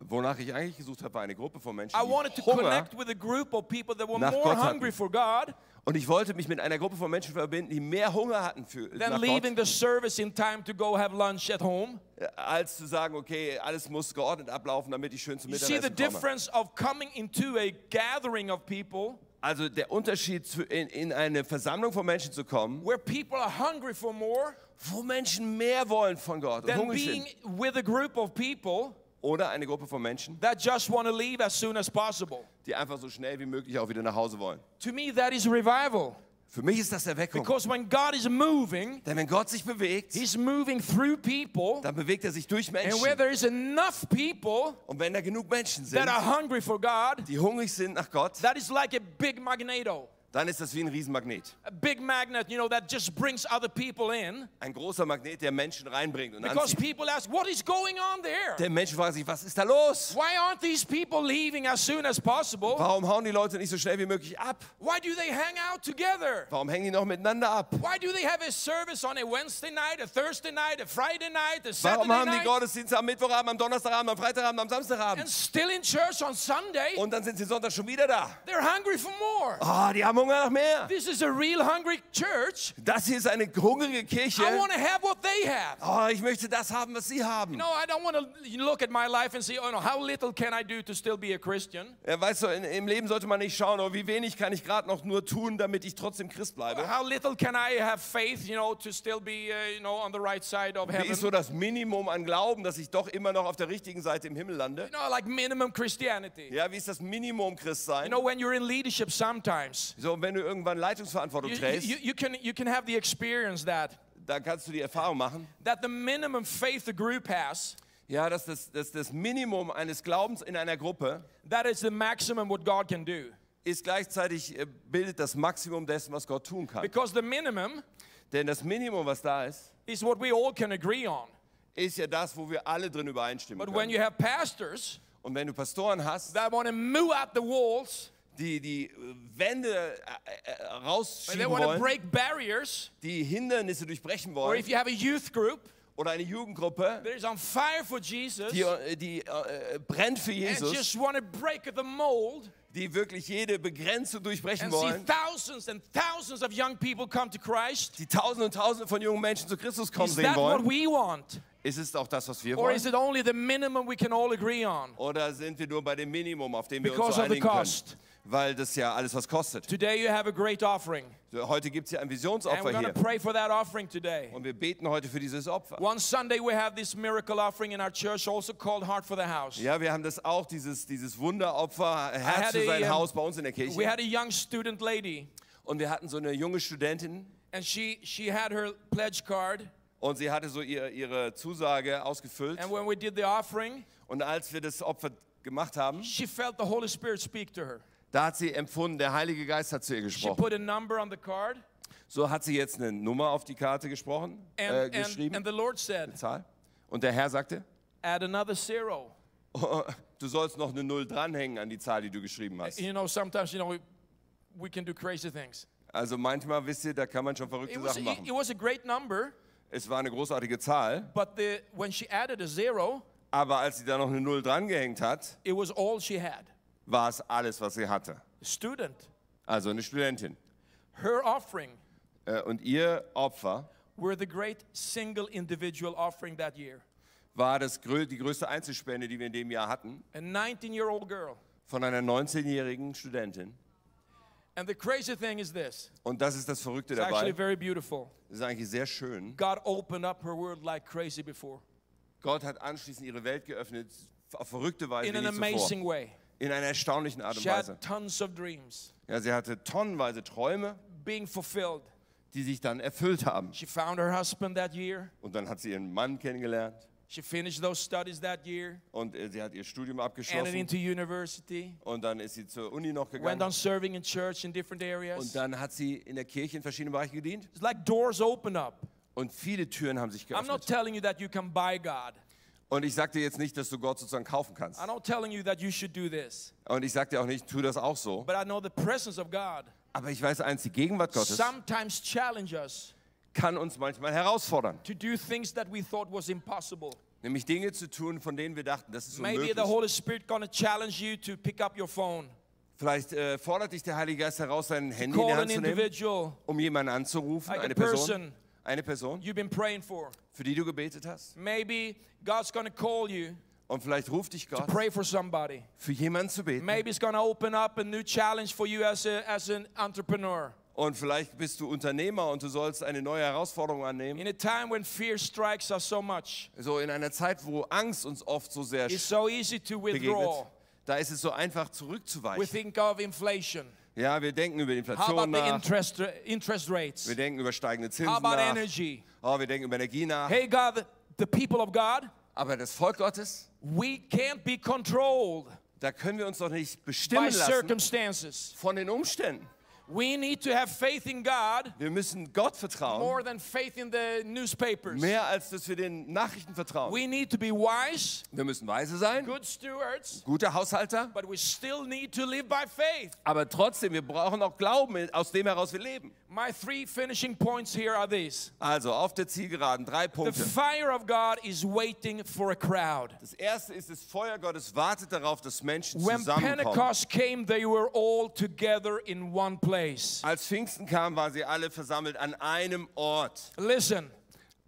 [SPEAKER 2] wonach ich eigentlich gesucht habe, war eine Gruppe von Menschen,
[SPEAKER 1] I wanted to
[SPEAKER 2] die Hunger,
[SPEAKER 1] connect with a group of people that were
[SPEAKER 2] Nach
[SPEAKER 1] more
[SPEAKER 2] Gott hatten.
[SPEAKER 1] hungry for God
[SPEAKER 2] und ich wollte mich mit einer Gruppe von Menschen verbinden, die mehr Hunger hatten für
[SPEAKER 1] than
[SPEAKER 2] nach
[SPEAKER 1] leaving
[SPEAKER 2] Gott,
[SPEAKER 1] the service in time to go have lunch at home.
[SPEAKER 2] äh, als zu sagen, okay, alles muss geordnet ablaufen, damit ich schön zum
[SPEAKER 1] You see the
[SPEAKER 2] Mittagessen komme.
[SPEAKER 1] difference of coming into a gathering of people
[SPEAKER 2] Also der Unterschied, zu, in, in eine Versammlung von Menschen zu kommen,
[SPEAKER 1] where people are hungry for more
[SPEAKER 2] wo Menschen mehr wollen von Gott und
[SPEAKER 1] than
[SPEAKER 2] hungrig
[SPEAKER 1] being
[SPEAKER 2] sind,
[SPEAKER 1] with a group of people
[SPEAKER 2] oder eine Gruppe von Menschen,
[SPEAKER 1] that just want to leave as soon as possible.
[SPEAKER 2] die einfach so schnell wie möglich auch wieder nach Hause wollen.
[SPEAKER 1] To me, that is revival.
[SPEAKER 2] Für mich ist das Erweckung.
[SPEAKER 1] Because when God is moving,
[SPEAKER 2] Denn wenn Gott sich bewegt,
[SPEAKER 1] He's moving through people.
[SPEAKER 2] dann bewegt er sich durch
[SPEAKER 1] And
[SPEAKER 2] Menschen.
[SPEAKER 1] where there is enough people
[SPEAKER 2] Und wenn da genug Menschen sind,
[SPEAKER 1] that are hungry for God,
[SPEAKER 2] die hungrig sind nach Gott,
[SPEAKER 1] that is like a big magneto.
[SPEAKER 2] dann ist das wie ein Riesenmagnet.
[SPEAKER 1] A big magnet, you know, that just brings other people in.
[SPEAKER 2] Ein großer Magnet, der Menschen reinbringt und
[SPEAKER 1] Because
[SPEAKER 2] anzieht.
[SPEAKER 1] people ask, what is going on there?
[SPEAKER 2] Der Mensch fragt sich, was ist da los?
[SPEAKER 1] Why aren't these people leaving as soon as possible?
[SPEAKER 2] Warum hauen die Leute nicht so schnell wie möglich ab?
[SPEAKER 1] Why do they hang out together?
[SPEAKER 2] Warum hängen die noch miteinander ab?
[SPEAKER 1] Why do they have a service on a Wednesday night, a Thursday night, a Friday night, a Saturday
[SPEAKER 2] Warum haben die
[SPEAKER 1] night,
[SPEAKER 2] Gottesdienste am Mittwochabend, am Donnerstagabend, am Freitagabend, am
[SPEAKER 1] and
[SPEAKER 2] Samstagabend?
[SPEAKER 1] still in church on Sunday?
[SPEAKER 2] Und dann sind sie Sonntag schon wieder da.
[SPEAKER 1] They're hungry for more.
[SPEAKER 2] Ah, die haben Hunger nach mehr.
[SPEAKER 1] This is a real hungry church.
[SPEAKER 2] Das hier ist eine hungrige Kirche.
[SPEAKER 1] I want to have what they have.
[SPEAKER 2] Oh, ich möchte das haben, was sie haben.
[SPEAKER 1] No, I don't want to look at my life and say, oh no, how little can I do to still be a Christian?
[SPEAKER 2] Ja, weißt du, in, im Leben sollte man nicht schauen, oh, wie wenig kann ich gerade noch nur tun, damit ich trotzdem Christ bleibe.
[SPEAKER 1] How little can I have faith, you know, to still be, uh, you know, on the right side of
[SPEAKER 2] Wie
[SPEAKER 1] heaven?
[SPEAKER 2] ist so das Minimum an Glauben, dass ich doch immer noch auf der richtigen Seite im Himmel lande?
[SPEAKER 1] You know, like minimum Christianity.
[SPEAKER 2] Ja, wie ist das Minimum
[SPEAKER 1] You
[SPEAKER 2] Christsein?
[SPEAKER 1] know, when you're in leadership sometimes,
[SPEAKER 2] So, wenn du irgendwann Leitungsverantwortung
[SPEAKER 1] you,
[SPEAKER 2] trägst,
[SPEAKER 1] you- you can, you can have the experience that,
[SPEAKER 2] dann kannst du die Erfahrung machen,
[SPEAKER 1] that the minimum faith the group has,
[SPEAKER 2] ja, dass das, dass das Minimum eines Glaubens in einer Gruppe
[SPEAKER 1] that is the maximum what God can do.
[SPEAKER 2] ist gleichzeitig äh, bildet das Maximum dessen, was Gott tun kann.
[SPEAKER 1] Because the minimum
[SPEAKER 2] Denn das Minimum, was da ist,
[SPEAKER 1] is what we all can agree on.
[SPEAKER 2] ist ja das, wo wir alle drin übereinstimmen.
[SPEAKER 1] But when
[SPEAKER 2] Können.
[SPEAKER 1] you have pastors
[SPEAKER 2] Und wenn du Pastoren hast,
[SPEAKER 1] that want to move out the walls,
[SPEAKER 2] die die äh, Wände äh, äh,
[SPEAKER 1] and they
[SPEAKER 2] rausschieben
[SPEAKER 1] want to
[SPEAKER 2] wollen,
[SPEAKER 1] break barriers,
[SPEAKER 2] die Hindernisse durchbrechen
[SPEAKER 1] or
[SPEAKER 2] wollen,
[SPEAKER 1] if you have a youth group
[SPEAKER 2] oder eine Jugendgruppe,
[SPEAKER 1] that is on fire for Jesus
[SPEAKER 2] die, äh, die äh, äh, brennt für
[SPEAKER 1] and
[SPEAKER 2] Jesus,
[SPEAKER 1] just want to break the mold
[SPEAKER 2] die wirklich jede Begrenzung durchbrechen
[SPEAKER 1] and see
[SPEAKER 2] wollen,
[SPEAKER 1] thousands and thousands of young people come to Christ,
[SPEAKER 2] die Tausende und Tausende von jungen Menschen zu Christus kommen
[SPEAKER 1] is
[SPEAKER 2] sehen
[SPEAKER 1] that what
[SPEAKER 2] wollen,
[SPEAKER 1] we want?
[SPEAKER 2] ist es auch das, was wir
[SPEAKER 1] Or is
[SPEAKER 2] wollen?
[SPEAKER 1] it only the minimum we can all agree on?
[SPEAKER 2] Oder sind wir nur bei dem Minimum, auf dem wir uns
[SPEAKER 1] Because
[SPEAKER 2] so
[SPEAKER 1] of the
[SPEAKER 2] einigen können?
[SPEAKER 1] cost.
[SPEAKER 2] Weil das ja alles was kostet.
[SPEAKER 1] Today you have a great offering.
[SPEAKER 2] So, Heute gibt es ja ein
[SPEAKER 1] And we're
[SPEAKER 2] Visionsopfer
[SPEAKER 1] going
[SPEAKER 2] hier.
[SPEAKER 1] to pray for that offering today.
[SPEAKER 2] Und wir beten heute für dieses Opfer.
[SPEAKER 1] One Sunday we have this miracle offering in our church, also called Heart for the House.
[SPEAKER 2] Ja, wir haben das auch, dieses, dieses Wunderopfer,
[SPEAKER 1] I
[SPEAKER 2] Herz
[SPEAKER 1] had
[SPEAKER 2] für
[SPEAKER 1] a,
[SPEAKER 2] sein
[SPEAKER 1] ähm,
[SPEAKER 2] Haus bei uns in der
[SPEAKER 1] We
[SPEAKER 2] Kirche.
[SPEAKER 1] had a young student lady,
[SPEAKER 2] Und wir hatten so eine junge Studentin
[SPEAKER 1] and she, she had her pledge card.
[SPEAKER 2] und sie hatte so ihr, ihre Zusage ausgefüllt.
[SPEAKER 1] And when we did the offering,
[SPEAKER 2] Und als wir das Opfer gemacht haben,
[SPEAKER 1] she felt the Holy Spirit speak to her.
[SPEAKER 2] da hat sie empfunden, der Heilige Geist hat zu ihr
[SPEAKER 1] She
[SPEAKER 2] gesprochen.
[SPEAKER 1] put a number on the card,
[SPEAKER 2] So hat sie jetzt eine Nummer auf die Karte gesprochen,
[SPEAKER 1] and,
[SPEAKER 2] äh,
[SPEAKER 1] and,
[SPEAKER 2] geschrieben,
[SPEAKER 1] and the Lord said,
[SPEAKER 2] Zahl. Und der Herr sagte,
[SPEAKER 1] add another zero.
[SPEAKER 2] oh, du sollst noch eine Null dranhängen an die Zahl, die du geschrieben hast.
[SPEAKER 1] You know, sometimes, you know, we, we can do crazy things.
[SPEAKER 2] Also manchmal, wisst ihr, da kann man schon verrückte
[SPEAKER 1] It was,
[SPEAKER 2] Sachen
[SPEAKER 1] it, it
[SPEAKER 2] machen.
[SPEAKER 1] was a great number,
[SPEAKER 2] Es war eine großartige Zahl,
[SPEAKER 1] but the, when she added a zero,
[SPEAKER 2] aber als sie da noch eine Null drangehängt hat,
[SPEAKER 1] it was all she had.
[SPEAKER 2] war es alles, was sie hatte.
[SPEAKER 1] Student,
[SPEAKER 2] Also eine Studentin.
[SPEAKER 1] her offering
[SPEAKER 2] Äh, Und ihr Opfer
[SPEAKER 1] were the great single individual offering that year.
[SPEAKER 2] war das, grö- die größte Einzelspende, die wir in dem Jahr hatten,
[SPEAKER 1] A 19 year old girl.
[SPEAKER 2] von einer 19-jährigen Studentin.
[SPEAKER 1] And the crazy thing is this
[SPEAKER 2] Und das ist das Verrückte
[SPEAKER 1] it's actually
[SPEAKER 2] dabei.
[SPEAKER 1] very beautiful.
[SPEAKER 2] Das ist eigentlich sehr schön.
[SPEAKER 1] God opened up her world like crazy before
[SPEAKER 2] Gott hat anschließend ihre Welt geöffnet, auf verrückte Weise
[SPEAKER 1] in
[SPEAKER 2] wie
[SPEAKER 1] an
[SPEAKER 2] nie zuvor.
[SPEAKER 1] amazing way.
[SPEAKER 2] In einer erstaunlichen Art und
[SPEAKER 1] She had
[SPEAKER 2] Weise.
[SPEAKER 1] tons of dreams
[SPEAKER 2] Ja, sie hatte tonnenweise Träume,
[SPEAKER 1] being fulfilled.
[SPEAKER 2] die sich dann erfüllt haben.
[SPEAKER 1] She found her husband that year.
[SPEAKER 2] Und dann hat sie ihren Mann kennengelernt
[SPEAKER 1] She finished those studies that year,
[SPEAKER 2] und äh, sie hat ihr Studium
[SPEAKER 1] entered
[SPEAKER 2] abgeschlossen.
[SPEAKER 1] into university,
[SPEAKER 2] Und dann ist sie zur Uni noch
[SPEAKER 1] went on
[SPEAKER 2] gegangen.
[SPEAKER 1] serving in church in different
[SPEAKER 2] Und
[SPEAKER 1] areas.
[SPEAKER 2] dann hat sie in der Kirche in verschiedenen Bereichen gedient.
[SPEAKER 1] It's like doors open up.
[SPEAKER 2] Und viele Türen haben sich
[SPEAKER 1] I'm not
[SPEAKER 2] geöffnet.
[SPEAKER 1] telling you that you can buy God.
[SPEAKER 2] Und ich sag dir jetzt nicht, dass du Gott sozusagen kaufen kannst.
[SPEAKER 1] I'm not telling you that you should do this.
[SPEAKER 2] Und ich sag dir auch nicht, tu das auch so.
[SPEAKER 1] But I know the presence of God
[SPEAKER 2] Aber ich weiß eins, die Gegenwart Gottes
[SPEAKER 1] sometimes challenge us
[SPEAKER 2] kann uns manchmal herausfordern.
[SPEAKER 1] to do things that we thought was impossible.
[SPEAKER 2] Nämlich Dinge zu tun, von denen wir dachten, das ist
[SPEAKER 1] Maybe the
[SPEAKER 2] unmöglich.
[SPEAKER 1] Holy Spirit gonna challenge you to pick up your phone,
[SPEAKER 2] Vielleicht äh, fordert dich der Heilige Geist heraus, sein Handy in
[SPEAKER 1] call
[SPEAKER 2] die
[SPEAKER 1] an
[SPEAKER 2] Hand zu nehmen,
[SPEAKER 1] individual
[SPEAKER 2] um jemanden anzurufen,
[SPEAKER 1] Like a
[SPEAKER 2] eine Person,
[SPEAKER 1] person.
[SPEAKER 2] eine Person,
[SPEAKER 1] you've been praying for.
[SPEAKER 2] für die du gebetet hast.
[SPEAKER 1] Maybe God's gonna call you
[SPEAKER 2] Und vielleicht ruft dich Gott,
[SPEAKER 1] pray for somebody.
[SPEAKER 2] für jemanden zu beten.
[SPEAKER 1] Maybe it's gonna open up a new challenge for you as a, as an entrepreneur.
[SPEAKER 2] Und vielleicht bist du Unternehmer und du sollst eine neue Herausforderung annehmen.
[SPEAKER 1] In a time when fear strikes us so much,
[SPEAKER 2] So in einer Zeit, wo Angst uns oft so sehr
[SPEAKER 1] it's so easy to withdraw.
[SPEAKER 2] begegnet, da ist es so einfach
[SPEAKER 1] We
[SPEAKER 2] zurückzuweichen.
[SPEAKER 1] think of inflation.
[SPEAKER 2] Ja, wir denken über die
[SPEAKER 1] How
[SPEAKER 2] Inflation
[SPEAKER 1] about the
[SPEAKER 2] nach.
[SPEAKER 1] interest, uh, interest rates?
[SPEAKER 2] Wir denken über steigende
[SPEAKER 1] How
[SPEAKER 2] Zinsen
[SPEAKER 1] about
[SPEAKER 2] nach.
[SPEAKER 1] energy?
[SPEAKER 2] Oh, wir denken über Energie nach.
[SPEAKER 1] Hey, God, the, the people of God,
[SPEAKER 2] Aber das Volk Gottes,
[SPEAKER 1] we can't be controlled
[SPEAKER 2] da können wir uns doch nicht
[SPEAKER 1] by
[SPEAKER 2] bestimmen lassen
[SPEAKER 1] circumstances.
[SPEAKER 2] von den Umständen.
[SPEAKER 1] We need to have faith in God
[SPEAKER 2] Wir müssen Gott vertrauen,
[SPEAKER 1] more than faith in the newspapers.
[SPEAKER 2] mehr als dass wir den Nachrichten vertrauen.
[SPEAKER 1] We need to be wise,
[SPEAKER 2] Wir müssen weise sein,
[SPEAKER 1] good stewards,
[SPEAKER 2] gute Haushalter,
[SPEAKER 1] but we still need to live by faith.
[SPEAKER 2] aber trotzdem, wir brauchen auch Glauben, aus dem heraus wir leben.
[SPEAKER 1] My three finishing points here are these.
[SPEAKER 2] Also auf der Zielgeraden drei
[SPEAKER 1] The
[SPEAKER 2] Punkte.
[SPEAKER 1] fire of God is waiting for a crowd.
[SPEAKER 2] Das erste ist, das Feuer Gottes wartet darauf, dass Menschen
[SPEAKER 1] When
[SPEAKER 2] zusammenkommen.
[SPEAKER 1] Pentecost came, they were all together in one place.
[SPEAKER 2] Als Pfingsten kam, waren sie alle versammelt an einem Ort.
[SPEAKER 1] Listen,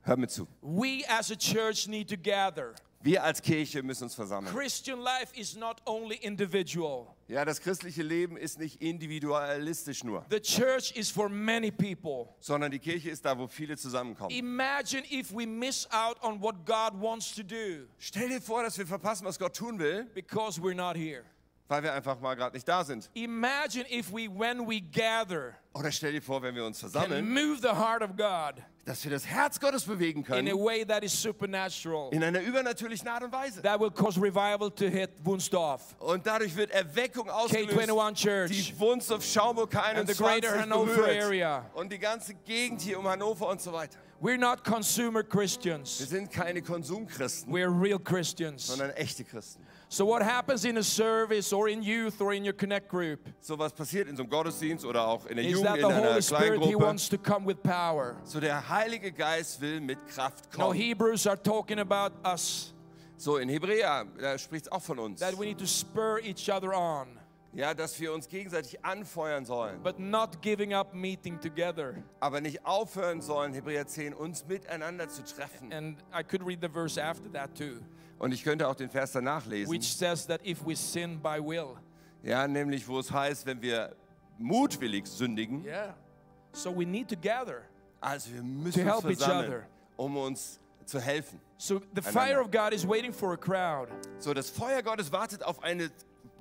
[SPEAKER 2] Hör mir zu.
[SPEAKER 1] we as a church need to gather.
[SPEAKER 2] Wir als Kirche müssen uns versammeln.
[SPEAKER 1] Christian life is not only individual.
[SPEAKER 2] Ja, das christliche Leben ist nicht individualistisch nur,
[SPEAKER 1] The church is for many people.
[SPEAKER 2] sondern die Kirche ist da, wo viele zusammenkommen.
[SPEAKER 1] Imagine if we miss out on what God wants to do
[SPEAKER 2] Stell dir vor, dass wir verpassen, was Gott tun will,
[SPEAKER 1] because we're not here.
[SPEAKER 2] weil wir einfach mal gerade nicht da sind.
[SPEAKER 1] Imagine if we, when we gather,
[SPEAKER 2] Oder stell dir vor, wenn wir uns
[SPEAKER 1] can
[SPEAKER 2] versammeln,
[SPEAKER 1] move the heart of God
[SPEAKER 2] dass wir das Herz Gottes bewegen
[SPEAKER 1] in a
[SPEAKER 2] können
[SPEAKER 1] way that is supernatural,
[SPEAKER 2] in einer übernatürlichen Art und Weise.
[SPEAKER 1] that will cause revival to hit Wunstorf,
[SPEAKER 2] Und dadurch wird Erweckung ausgelöst.
[SPEAKER 1] K21 Church,
[SPEAKER 2] Die Wunst auf Schaumburg
[SPEAKER 1] And the greater
[SPEAKER 2] 21
[SPEAKER 1] Hannover area.
[SPEAKER 2] berührt. und die ganze Gegend hier um Hannover und so weiter.
[SPEAKER 1] We're not consumer
[SPEAKER 2] Wir
[SPEAKER 1] Christians.
[SPEAKER 2] sind keine Konsumchristen,
[SPEAKER 1] We're real Christians.
[SPEAKER 2] sondern echte Christen.
[SPEAKER 1] So what happens in a service or in youth or in your connect group
[SPEAKER 2] So was passiert in so einem Gottesdienst oder auch in der
[SPEAKER 1] is
[SPEAKER 2] Jugend,
[SPEAKER 1] that
[SPEAKER 2] in
[SPEAKER 1] the
[SPEAKER 2] einer
[SPEAKER 1] Holy Spirit he
[SPEAKER 2] Kleingruppe.
[SPEAKER 1] wants to come with power.
[SPEAKER 2] So der Heilige Geist will mit Kraft
[SPEAKER 1] Now
[SPEAKER 2] kommen.
[SPEAKER 1] Hebrews are talking about us
[SPEAKER 2] so in Hebräer, da spricht es auch von uns.
[SPEAKER 1] that we need to spur each other on,
[SPEAKER 2] Ja, dass wir uns gegenseitig anfeuern sollen,
[SPEAKER 1] but not giving up meeting together.
[SPEAKER 2] aber nicht aufhören sollen, Hebräer 10, uns miteinander zu treffen.
[SPEAKER 1] And I could read the verse after that too,
[SPEAKER 2] Und ich könnte auch den Vers danach lesen.
[SPEAKER 1] which says that if we sin by will,
[SPEAKER 2] Ja, nämlich wo es heißt, wenn wir mutwillig sündigen,
[SPEAKER 1] yeah. So we need to gather.
[SPEAKER 2] also wir müssen
[SPEAKER 1] To help
[SPEAKER 2] uns
[SPEAKER 1] each
[SPEAKER 2] versammeln,
[SPEAKER 1] other.
[SPEAKER 2] um uns zu helfen.
[SPEAKER 1] So the
[SPEAKER 2] Einander.
[SPEAKER 1] fire of God is waiting for a crowd.
[SPEAKER 2] So, das Feuer Gottes wartet auf eine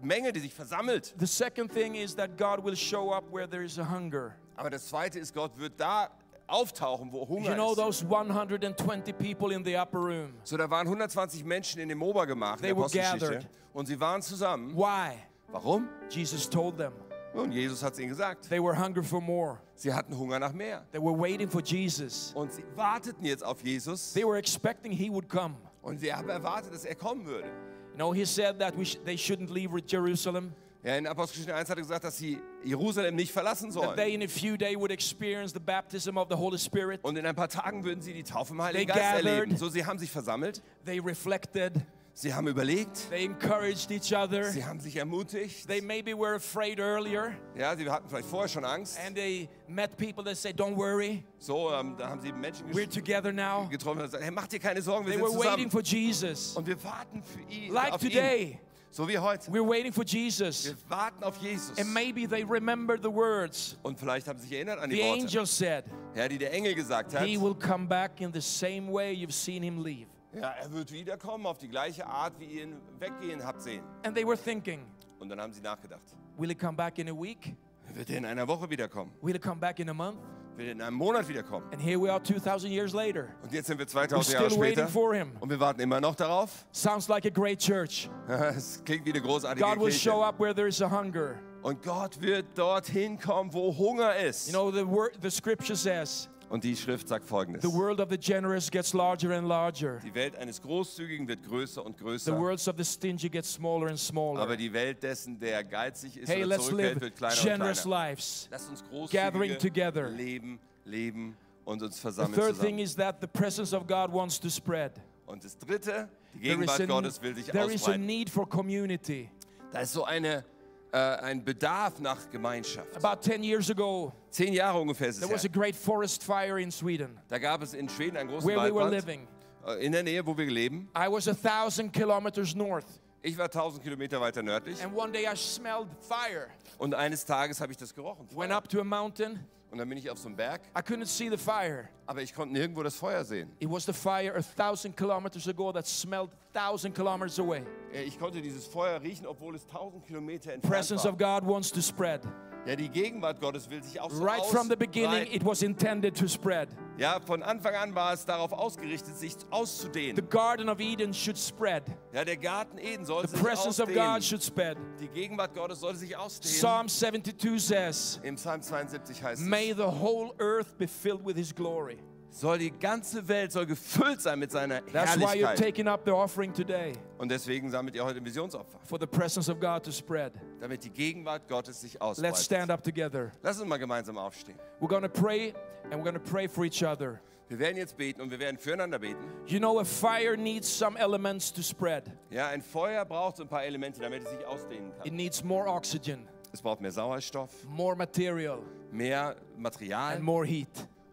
[SPEAKER 2] Menge, die sich versammelt.
[SPEAKER 1] The second thing is that God will show up where there is a hunger.
[SPEAKER 2] Aber das Zweite ist, Gott wird da auftauchen, wo Hunger
[SPEAKER 1] You know
[SPEAKER 2] ist.
[SPEAKER 1] those 120 people in the upper room.
[SPEAKER 2] So, da waren 120 Menschen in dem Obergemach in
[SPEAKER 1] They
[SPEAKER 2] der
[SPEAKER 1] were
[SPEAKER 2] Apostelgeschichte
[SPEAKER 1] gathered.
[SPEAKER 2] und sie waren zusammen.
[SPEAKER 1] Why?
[SPEAKER 2] Warum?
[SPEAKER 1] Jesus told them.
[SPEAKER 2] Nun, Jesus hat es ihnen gesagt.
[SPEAKER 1] They were hungry for more.
[SPEAKER 2] Sie hatten Hunger nach mehr.
[SPEAKER 1] They were waiting for Jesus.
[SPEAKER 2] Und sie warteten jetzt auf Jesus
[SPEAKER 1] They were expecting he would come.
[SPEAKER 2] und sie haben erwartet, dass er kommen würde.
[SPEAKER 1] You know, he said that we sh- they shouldn't leave Jerusalem,
[SPEAKER 2] Ja, in Apostelgeschichte 1 hat er gesagt, dass sie Jerusalem nicht verlassen
[SPEAKER 1] that
[SPEAKER 2] sollen.
[SPEAKER 1] they in a few days would experience the baptism of the Holy Spirit.
[SPEAKER 2] Und in ein paar Tagen würden sie die Taufe im
[SPEAKER 1] They
[SPEAKER 2] Heiligen Geist
[SPEAKER 1] gathered.
[SPEAKER 2] erleben. So, sie haben sich versammelt,
[SPEAKER 1] They reflected,
[SPEAKER 2] sie haben überlegt,
[SPEAKER 1] they encouraged each other.
[SPEAKER 2] sie haben sich ermutigt.
[SPEAKER 1] They maybe were afraid earlier
[SPEAKER 2] Ja, sie hatten vielleicht vorher schon Angst.
[SPEAKER 1] and they met people that said, Don't worry,
[SPEAKER 2] So, ähm, da haben sie Menschen
[SPEAKER 1] we're
[SPEAKER 2] gesch-
[SPEAKER 1] together now.
[SPEAKER 2] getroffen und gesagt, hey, mach dir keine Sorgen, wir
[SPEAKER 1] They
[SPEAKER 2] sind
[SPEAKER 1] were waiting
[SPEAKER 2] zusammen.
[SPEAKER 1] for Jesus.
[SPEAKER 2] Und wir warten für ihn,
[SPEAKER 1] Like
[SPEAKER 2] auf ihn.
[SPEAKER 1] today,
[SPEAKER 2] So wie heute.
[SPEAKER 1] we're waiting for Jesus.
[SPEAKER 2] Wir warten auf Jesus.
[SPEAKER 1] And maybe they remember the words
[SPEAKER 2] Und vielleicht haben sie sich erinnert an die
[SPEAKER 1] the
[SPEAKER 2] Worte,
[SPEAKER 1] angel said,
[SPEAKER 2] ja, die der Engel gesagt hat.
[SPEAKER 1] He will come back in the same way you've seen him leave.
[SPEAKER 2] Ja, er wird wiederkommen auf die gleiche Art, wie ihr ihn weggehen habt sehen.
[SPEAKER 1] And they were thinking,
[SPEAKER 2] Und dann haben sie nachgedacht.
[SPEAKER 1] Will he come back in a week?
[SPEAKER 2] Wird er in einer Woche wiederkommen?
[SPEAKER 1] Will he come back in a month?
[SPEAKER 2] Wird er in einem Monat wiederkommen?
[SPEAKER 1] And here we are 2,000 years later.
[SPEAKER 2] Und jetzt sind wir
[SPEAKER 1] We're
[SPEAKER 2] 2000 Jahre
[SPEAKER 1] still waiting
[SPEAKER 2] später.
[SPEAKER 1] for him.
[SPEAKER 2] Und wir warten immer noch darauf.
[SPEAKER 1] Sounds like a great church.
[SPEAKER 2] Es klingt wie eine großartige
[SPEAKER 1] God will show
[SPEAKER 2] Kirche.
[SPEAKER 1] up where there is a hunger.
[SPEAKER 2] Und Gott wird dorthin kommen, wo Hunger ist.
[SPEAKER 1] You know, the, word, the scripture says,
[SPEAKER 2] Und die Schrift sagt folgendes.
[SPEAKER 1] The world of the generous gets larger and larger.
[SPEAKER 2] Die Welt eines Großzügigen wird größer und
[SPEAKER 1] The
[SPEAKER 2] größer.
[SPEAKER 1] worlds of the stingy get smaller and
[SPEAKER 2] Aber
[SPEAKER 1] smaller.
[SPEAKER 2] die Welt dessen, der geizig ist
[SPEAKER 1] Hey,
[SPEAKER 2] oder
[SPEAKER 1] let's
[SPEAKER 2] zurückhält,
[SPEAKER 1] live
[SPEAKER 2] wird kleiner und
[SPEAKER 1] generous
[SPEAKER 2] kleiner.
[SPEAKER 1] lives.
[SPEAKER 2] Lass uns großzügige
[SPEAKER 1] gathering together.
[SPEAKER 2] leben, leben und uns
[SPEAKER 1] The
[SPEAKER 2] versammeln
[SPEAKER 1] third thing
[SPEAKER 2] zusammen.
[SPEAKER 1] is that the presence of God wants to spread.
[SPEAKER 2] Und das Dritte, die
[SPEAKER 1] There is
[SPEAKER 2] Gegenwart
[SPEAKER 1] a-
[SPEAKER 2] Gottes will sich
[SPEAKER 1] there is a
[SPEAKER 2] ausbreiten.
[SPEAKER 1] need for community.
[SPEAKER 2] Da ist so eine, äh, ein Bedarf nach Gemeinschaft.
[SPEAKER 1] About 10 years ago,
[SPEAKER 2] Zehn Jahre ungefähr ist
[SPEAKER 1] there
[SPEAKER 2] es
[SPEAKER 1] was a
[SPEAKER 2] her.
[SPEAKER 1] great forest fire in Sweden
[SPEAKER 2] Da gab es in Schweden einen großen
[SPEAKER 1] where we were
[SPEAKER 2] Waldbrand.
[SPEAKER 1] living.
[SPEAKER 2] äh, In der Nähe, wo wir leben.
[SPEAKER 1] I was a thousand kilometers north,
[SPEAKER 2] Ich war 1000 Kilometer weiter nördlich
[SPEAKER 1] and one day I smelled fire.
[SPEAKER 2] und eines Tages habe ich das gerochen.
[SPEAKER 1] Went up to a mountain,
[SPEAKER 2] Und dann bin ich auf so einem Berg,
[SPEAKER 1] I couldn't see the fire.
[SPEAKER 2] aber ich konnte nirgendwo das Feuer sehen.
[SPEAKER 1] It was the fire a thousand kilometers ago that smelled thousand kilometers away.
[SPEAKER 2] Äh, Ich konnte dieses Feuer riechen, obwohl es 1000 Kilometer entfernt
[SPEAKER 1] Presence
[SPEAKER 2] war.
[SPEAKER 1] of God wants to spread.
[SPEAKER 2] Ja, die Gegenwart Gottes will sich auch so
[SPEAKER 1] Right from the beginning,
[SPEAKER 2] ausbreiten.
[SPEAKER 1] it was intended to spread.
[SPEAKER 2] Ja, von Anfang an war es darauf ausgerichtet, sich
[SPEAKER 1] The
[SPEAKER 2] auszudehnen.
[SPEAKER 1] Garden of Eden should spread.
[SPEAKER 2] Ja, der Garten Eden soll
[SPEAKER 1] The
[SPEAKER 2] sich
[SPEAKER 1] presence of God
[SPEAKER 2] ausdehnen.
[SPEAKER 1] should spread.
[SPEAKER 2] Die Gegenwart Gottes soll sich ausdehnen.
[SPEAKER 1] Psalm 72 says,
[SPEAKER 2] Im Psalm 72 heißt
[SPEAKER 1] May the whole earth be filled with his glory.
[SPEAKER 2] es, soll die ganze Welt soll gefüllt sein mit seiner
[SPEAKER 1] That's why you're
[SPEAKER 2] Herrlichkeit.
[SPEAKER 1] taking up the offering today
[SPEAKER 2] Und deswegen sammelt ihr heute ein Visionsopfer,
[SPEAKER 1] for the presence of God to spread.
[SPEAKER 2] damit die Gegenwart Gottes sich
[SPEAKER 1] Let's stand
[SPEAKER 2] ausbreitet.
[SPEAKER 1] up together.
[SPEAKER 2] Lass uns mal gemeinsam aufstehen.
[SPEAKER 1] We're going to pray and we're going to pray for each other.
[SPEAKER 2] Wir werden jetzt beten und wir werden füreinander beten.
[SPEAKER 1] You know, a fire needs some elements to spread,
[SPEAKER 2] Ja, ein Feuer braucht so ein paar Elemente, damit es sich ausdehnen
[SPEAKER 1] it
[SPEAKER 2] kann.
[SPEAKER 1] needs more oxygen,
[SPEAKER 2] Es braucht mehr Sauerstoff,
[SPEAKER 1] more material,
[SPEAKER 2] mehr
[SPEAKER 1] and
[SPEAKER 2] Material
[SPEAKER 1] more heat.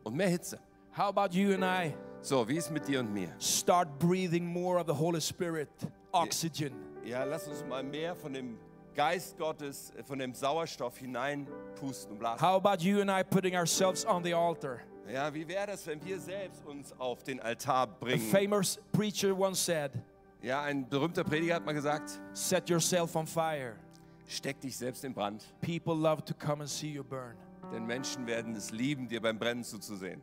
[SPEAKER 2] und mehr Hitze.
[SPEAKER 1] How about you and I
[SPEAKER 2] So, wie ist mit dir und mir?
[SPEAKER 1] start breathing more of the Holy Spirit, oxygen?
[SPEAKER 2] Ja, lass uns mal mehr von dem Geist Gottes, äh, von dem Sauerstoff hineinpusten und blasen.
[SPEAKER 1] How about you and I putting ourselves on the altar?
[SPEAKER 2] Ja, wie wäre das, wenn wir selbst uns auf den Altar
[SPEAKER 1] A
[SPEAKER 2] bringen?
[SPEAKER 1] famous preacher once said,
[SPEAKER 2] Ja, ein berühmter Prediger hat mal gesagt,
[SPEAKER 1] Set yourself on fire.
[SPEAKER 2] steck dich selbst in Brand,
[SPEAKER 1] People love to come and see you burn.
[SPEAKER 2] denn Menschen werden es lieben, dir beim Brennen zuzusehen.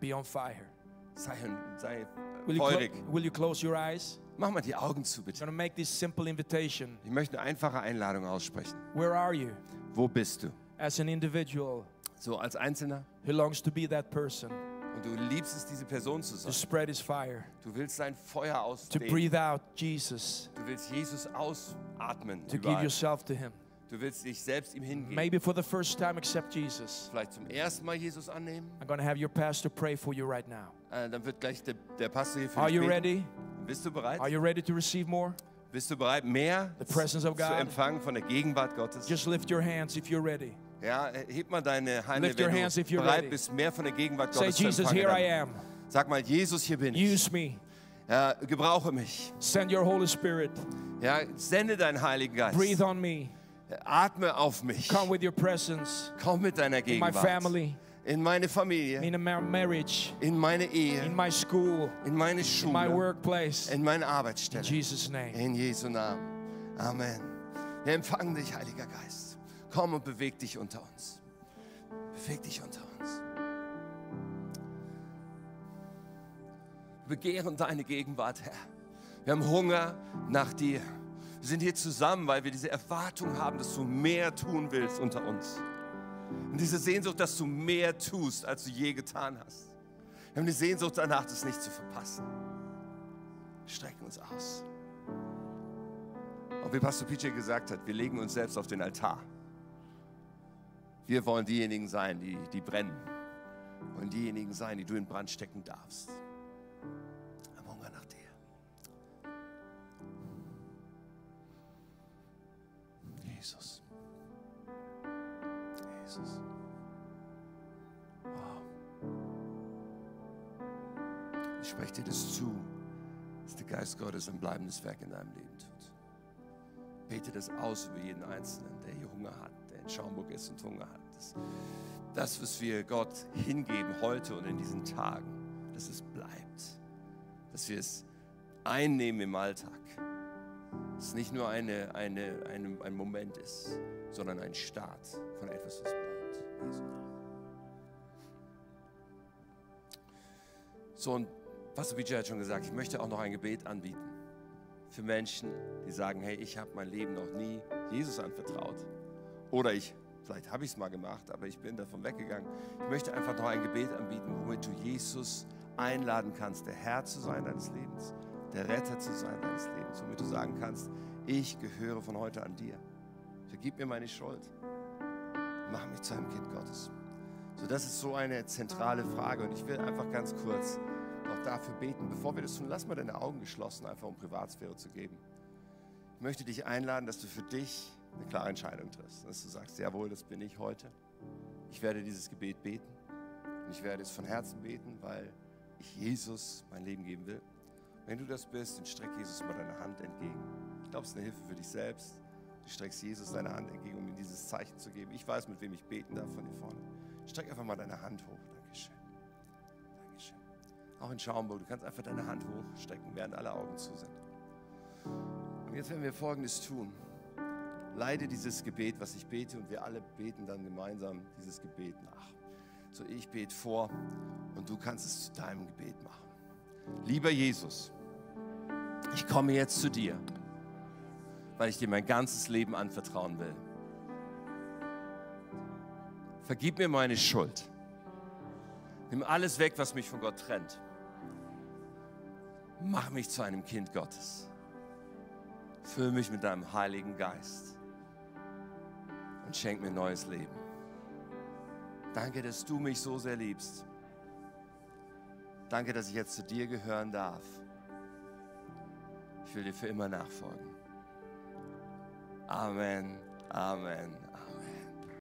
[SPEAKER 1] Be on fire.
[SPEAKER 2] Sei, sei
[SPEAKER 1] Will you, clo-
[SPEAKER 2] feurig.
[SPEAKER 1] will you close your eyes?
[SPEAKER 2] Mach mal die Augen zu, bitte.
[SPEAKER 1] I'm gonna make this simple invitation.
[SPEAKER 2] Ich möchte eine einfache Einladung aussprechen.
[SPEAKER 1] Where are you
[SPEAKER 2] Wo bist du?
[SPEAKER 1] as an individual
[SPEAKER 2] So als Einzelner.
[SPEAKER 1] who longs to be that person
[SPEAKER 2] Und du liebst es, diese Person zu
[SPEAKER 1] to
[SPEAKER 2] sein.
[SPEAKER 1] spread his fire,
[SPEAKER 2] Du willst sein Feuer
[SPEAKER 1] to
[SPEAKER 2] ausdehnen.
[SPEAKER 1] breathe out Jesus,
[SPEAKER 2] Du willst Jesus ausatmen.
[SPEAKER 1] to give
[SPEAKER 2] überall.
[SPEAKER 1] yourself to him?
[SPEAKER 2] Du willst dich selbst ihm hingeben.
[SPEAKER 1] Maybe for the first time, accept Jesus.
[SPEAKER 2] Vielleicht zum ersten Mal Jesus annehmen.
[SPEAKER 1] I'm gonna have your pastor pray for you right now.
[SPEAKER 2] Äh, dann wird gleich der, der Pastor hier für
[SPEAKER 1] Are
[SPEAKER 2] dich
[SPEAKER 1] you
[SPEAKER 2] beten.
[SPEAKER 1] ready?
[SPEAKER 2] Bist du bereit?
[SPEAKER 1] Are you ready to receive more?
[SPEAKER 2] Bist du bereit, mehr
[SPEAKER 1] The presence of
[SPEAKER 2] zu
[SPEAKER 1] God.
[SPEAKER 2] empfangen von der Gegenwart Gottes?
[SPEAKER 1] Just lift your hands if you're ready.
[SPEAKER 2] ja, äh, heb mal deine Hände,
[SPEAKER 1] Lift
[SPEAKER 2] wenn
[SPEAKER 1] your
[SPEAKER 2] du
[SPEAKER 1] hands if you're
[SPEAKER 2] bereit
[SPEAKER 1] ready.
[SPEAKER 2] bist, mehr von der Gegenwart
[SPEAKER 1] Say,
[SPEAKER 2] Gottes zu
[SPEAKER 1] Jesus,
[SPEAKER 2] empfangen.
[SPEAKER 1] here I
[SPEAKER 2] Dann
[SPEAKER 1] am.
[SPEAKER 2] Sag mal, Jesus, hier bin ich.
[SPEAKER 1] Use me.
[SPEAKER 2] Ja, gebrauche mich.
[SPEAKER 1] Send your Holy Spirit.
[SPEAKER 2] Ja, sende deinen Heiligen Geist.
[SPEAKER 1] Breathe on me.
[SPEAKER 2] Atme auf mich.
[SPEAKER 1] Come with your presence.
[SPEAKER 2] Komm mit deiner
[SPEAKER 1] In my
[SPEAKER 2] Gegenwart.
[SPEAKER 1] family,
[SPEAKER 2] In meine Familie.
[SPEAKER 1] in my marriage,
[SPEAKER 2] In meine
[SPEAKER 1] in
[SPEAKER 2] Ehe.
[SPEAKER 1] my school,
[SPEAKER 2] In meine
[SPEAKER 1] my
[SPEAKER 2] Schule.
[SPEAKER 1] workplace.
[SPEAKER 2] In meine Arbeitsstelle.
[SPEAKER 1] In Jesus' name.
[SPEAKER 2] In Jesu Namen. Amen. Wir empfangen dich, Heiliger Geist. Komm und beweg dich unter uns. Beweg dich unter uns. Wir begehren deine Gegenwart, Herr. Wir haben Hunger nach dir. Wir sind hier zusammen, weil wir diese Erwartung haben, dass du mehr tun willst unter uns. Und diese Sehnsucht, dass du mehr tust, als du je getan hast. Wir haben die Sehnsucht danach, das nicht zu verpassen. Strecken uns aus. Und wie Pastor PJ gesagt hat, wir legen uns selbst auf den Altar. Wir wollen diejenigen sein, die, die brennen. Und diejenigen sein, die du in Brand stecken darfst. Am Hunger nach dir. Jesus. Jesus. Wow. Ich spreche dir das zu, dass der Geist Gottes ein bleibendes Werk in deinem Leben tut. Bete das aus über jeden Einzelnen, der hier Hunger hat, der in Schaumburg ist und Hunger hat. Das, das was wir Gott hingeben heute und in diesen Tagen, dass es bleibt. Dass wir es einnehmen im Alltag. Dass es nicht nur eine, eine, eine, ein Moment ist, sondern ein Start von etwas, was bleibt. Jesu Namen. So, und Pastor Vijay hat schon gesagt, ich möchte auch noch ein Gebet anbieten für Menschen, die sagen, hey, ich habe mein Leben noch nie Jesus anvertraut. Oder ich, vielleicht habe ich es mal gemacht, aber ich bin davon weggegangen. Ich möchte einfach noch ein Gebet anbieten, womit du Jesus einladen kannst, der Herr zu sein deines Lebens, der Retter zu sein deines Lebens, womit du sagen kannst, ich gehöre von heute an dir. Vergib mir meine Schuld. Mach mich zu einem Kind Gottes. So, das ist so eine zentrale Frage und ich will einfach ganz kurz noch dafür beten. Bevor wir das tun, lass mal deine Augen geschlossen, einfach um Privatsphäre zu geben. Ich möchte dich einladen, dass du für dich eine klare Entscheidung triffst. Dass du sagst, jawohl, das bin ich heute. Ich werde dieses Gebet beten und ich werde es von Herzen beten, weil ich Jesus mein Leben geben will. Wenn du das bist, dann streck Jesus mal deine Hand entgegen. Ich glaube, es ist eine Hilfe für dich selbst. Du streckst Jesus deine Hand entgegen, um ihm dieses Zeichen zu geben. Ich weiß, mit wem ich beten darf von hier vorne. Streck einfach mal deine Hand hoch. Dankeschön. Dankeschön. Auch in Schaumburg, du kannst einfach deine Hand hochstrecken, während alle Augen zu sind. Und jetzt werden wir Folgendes tun. leide dieses Gebet, was ich bete, und wir alle beten dann gemeinsam dieses Gebet nach. So, ich bete vor und du kannst es zu deinem Gebet machen. Lieber Jesus, ich komme jetzt zu dir, weil ich dir mein ganzes Leben anvertrauen will. Vergib mir meine Schuld. Nimm alles weg, was mich von Gott trennt. Mach mich zu einem Kind Gottes. Füll mich mit deinem Heiligen Geist und schenk mir neues Leben. Danke, dass du mich so sehr liebst. Danke, dass ich jetzt zu dir gehören darf. Ich will dir für immer nachfolgen. Amen, Amen,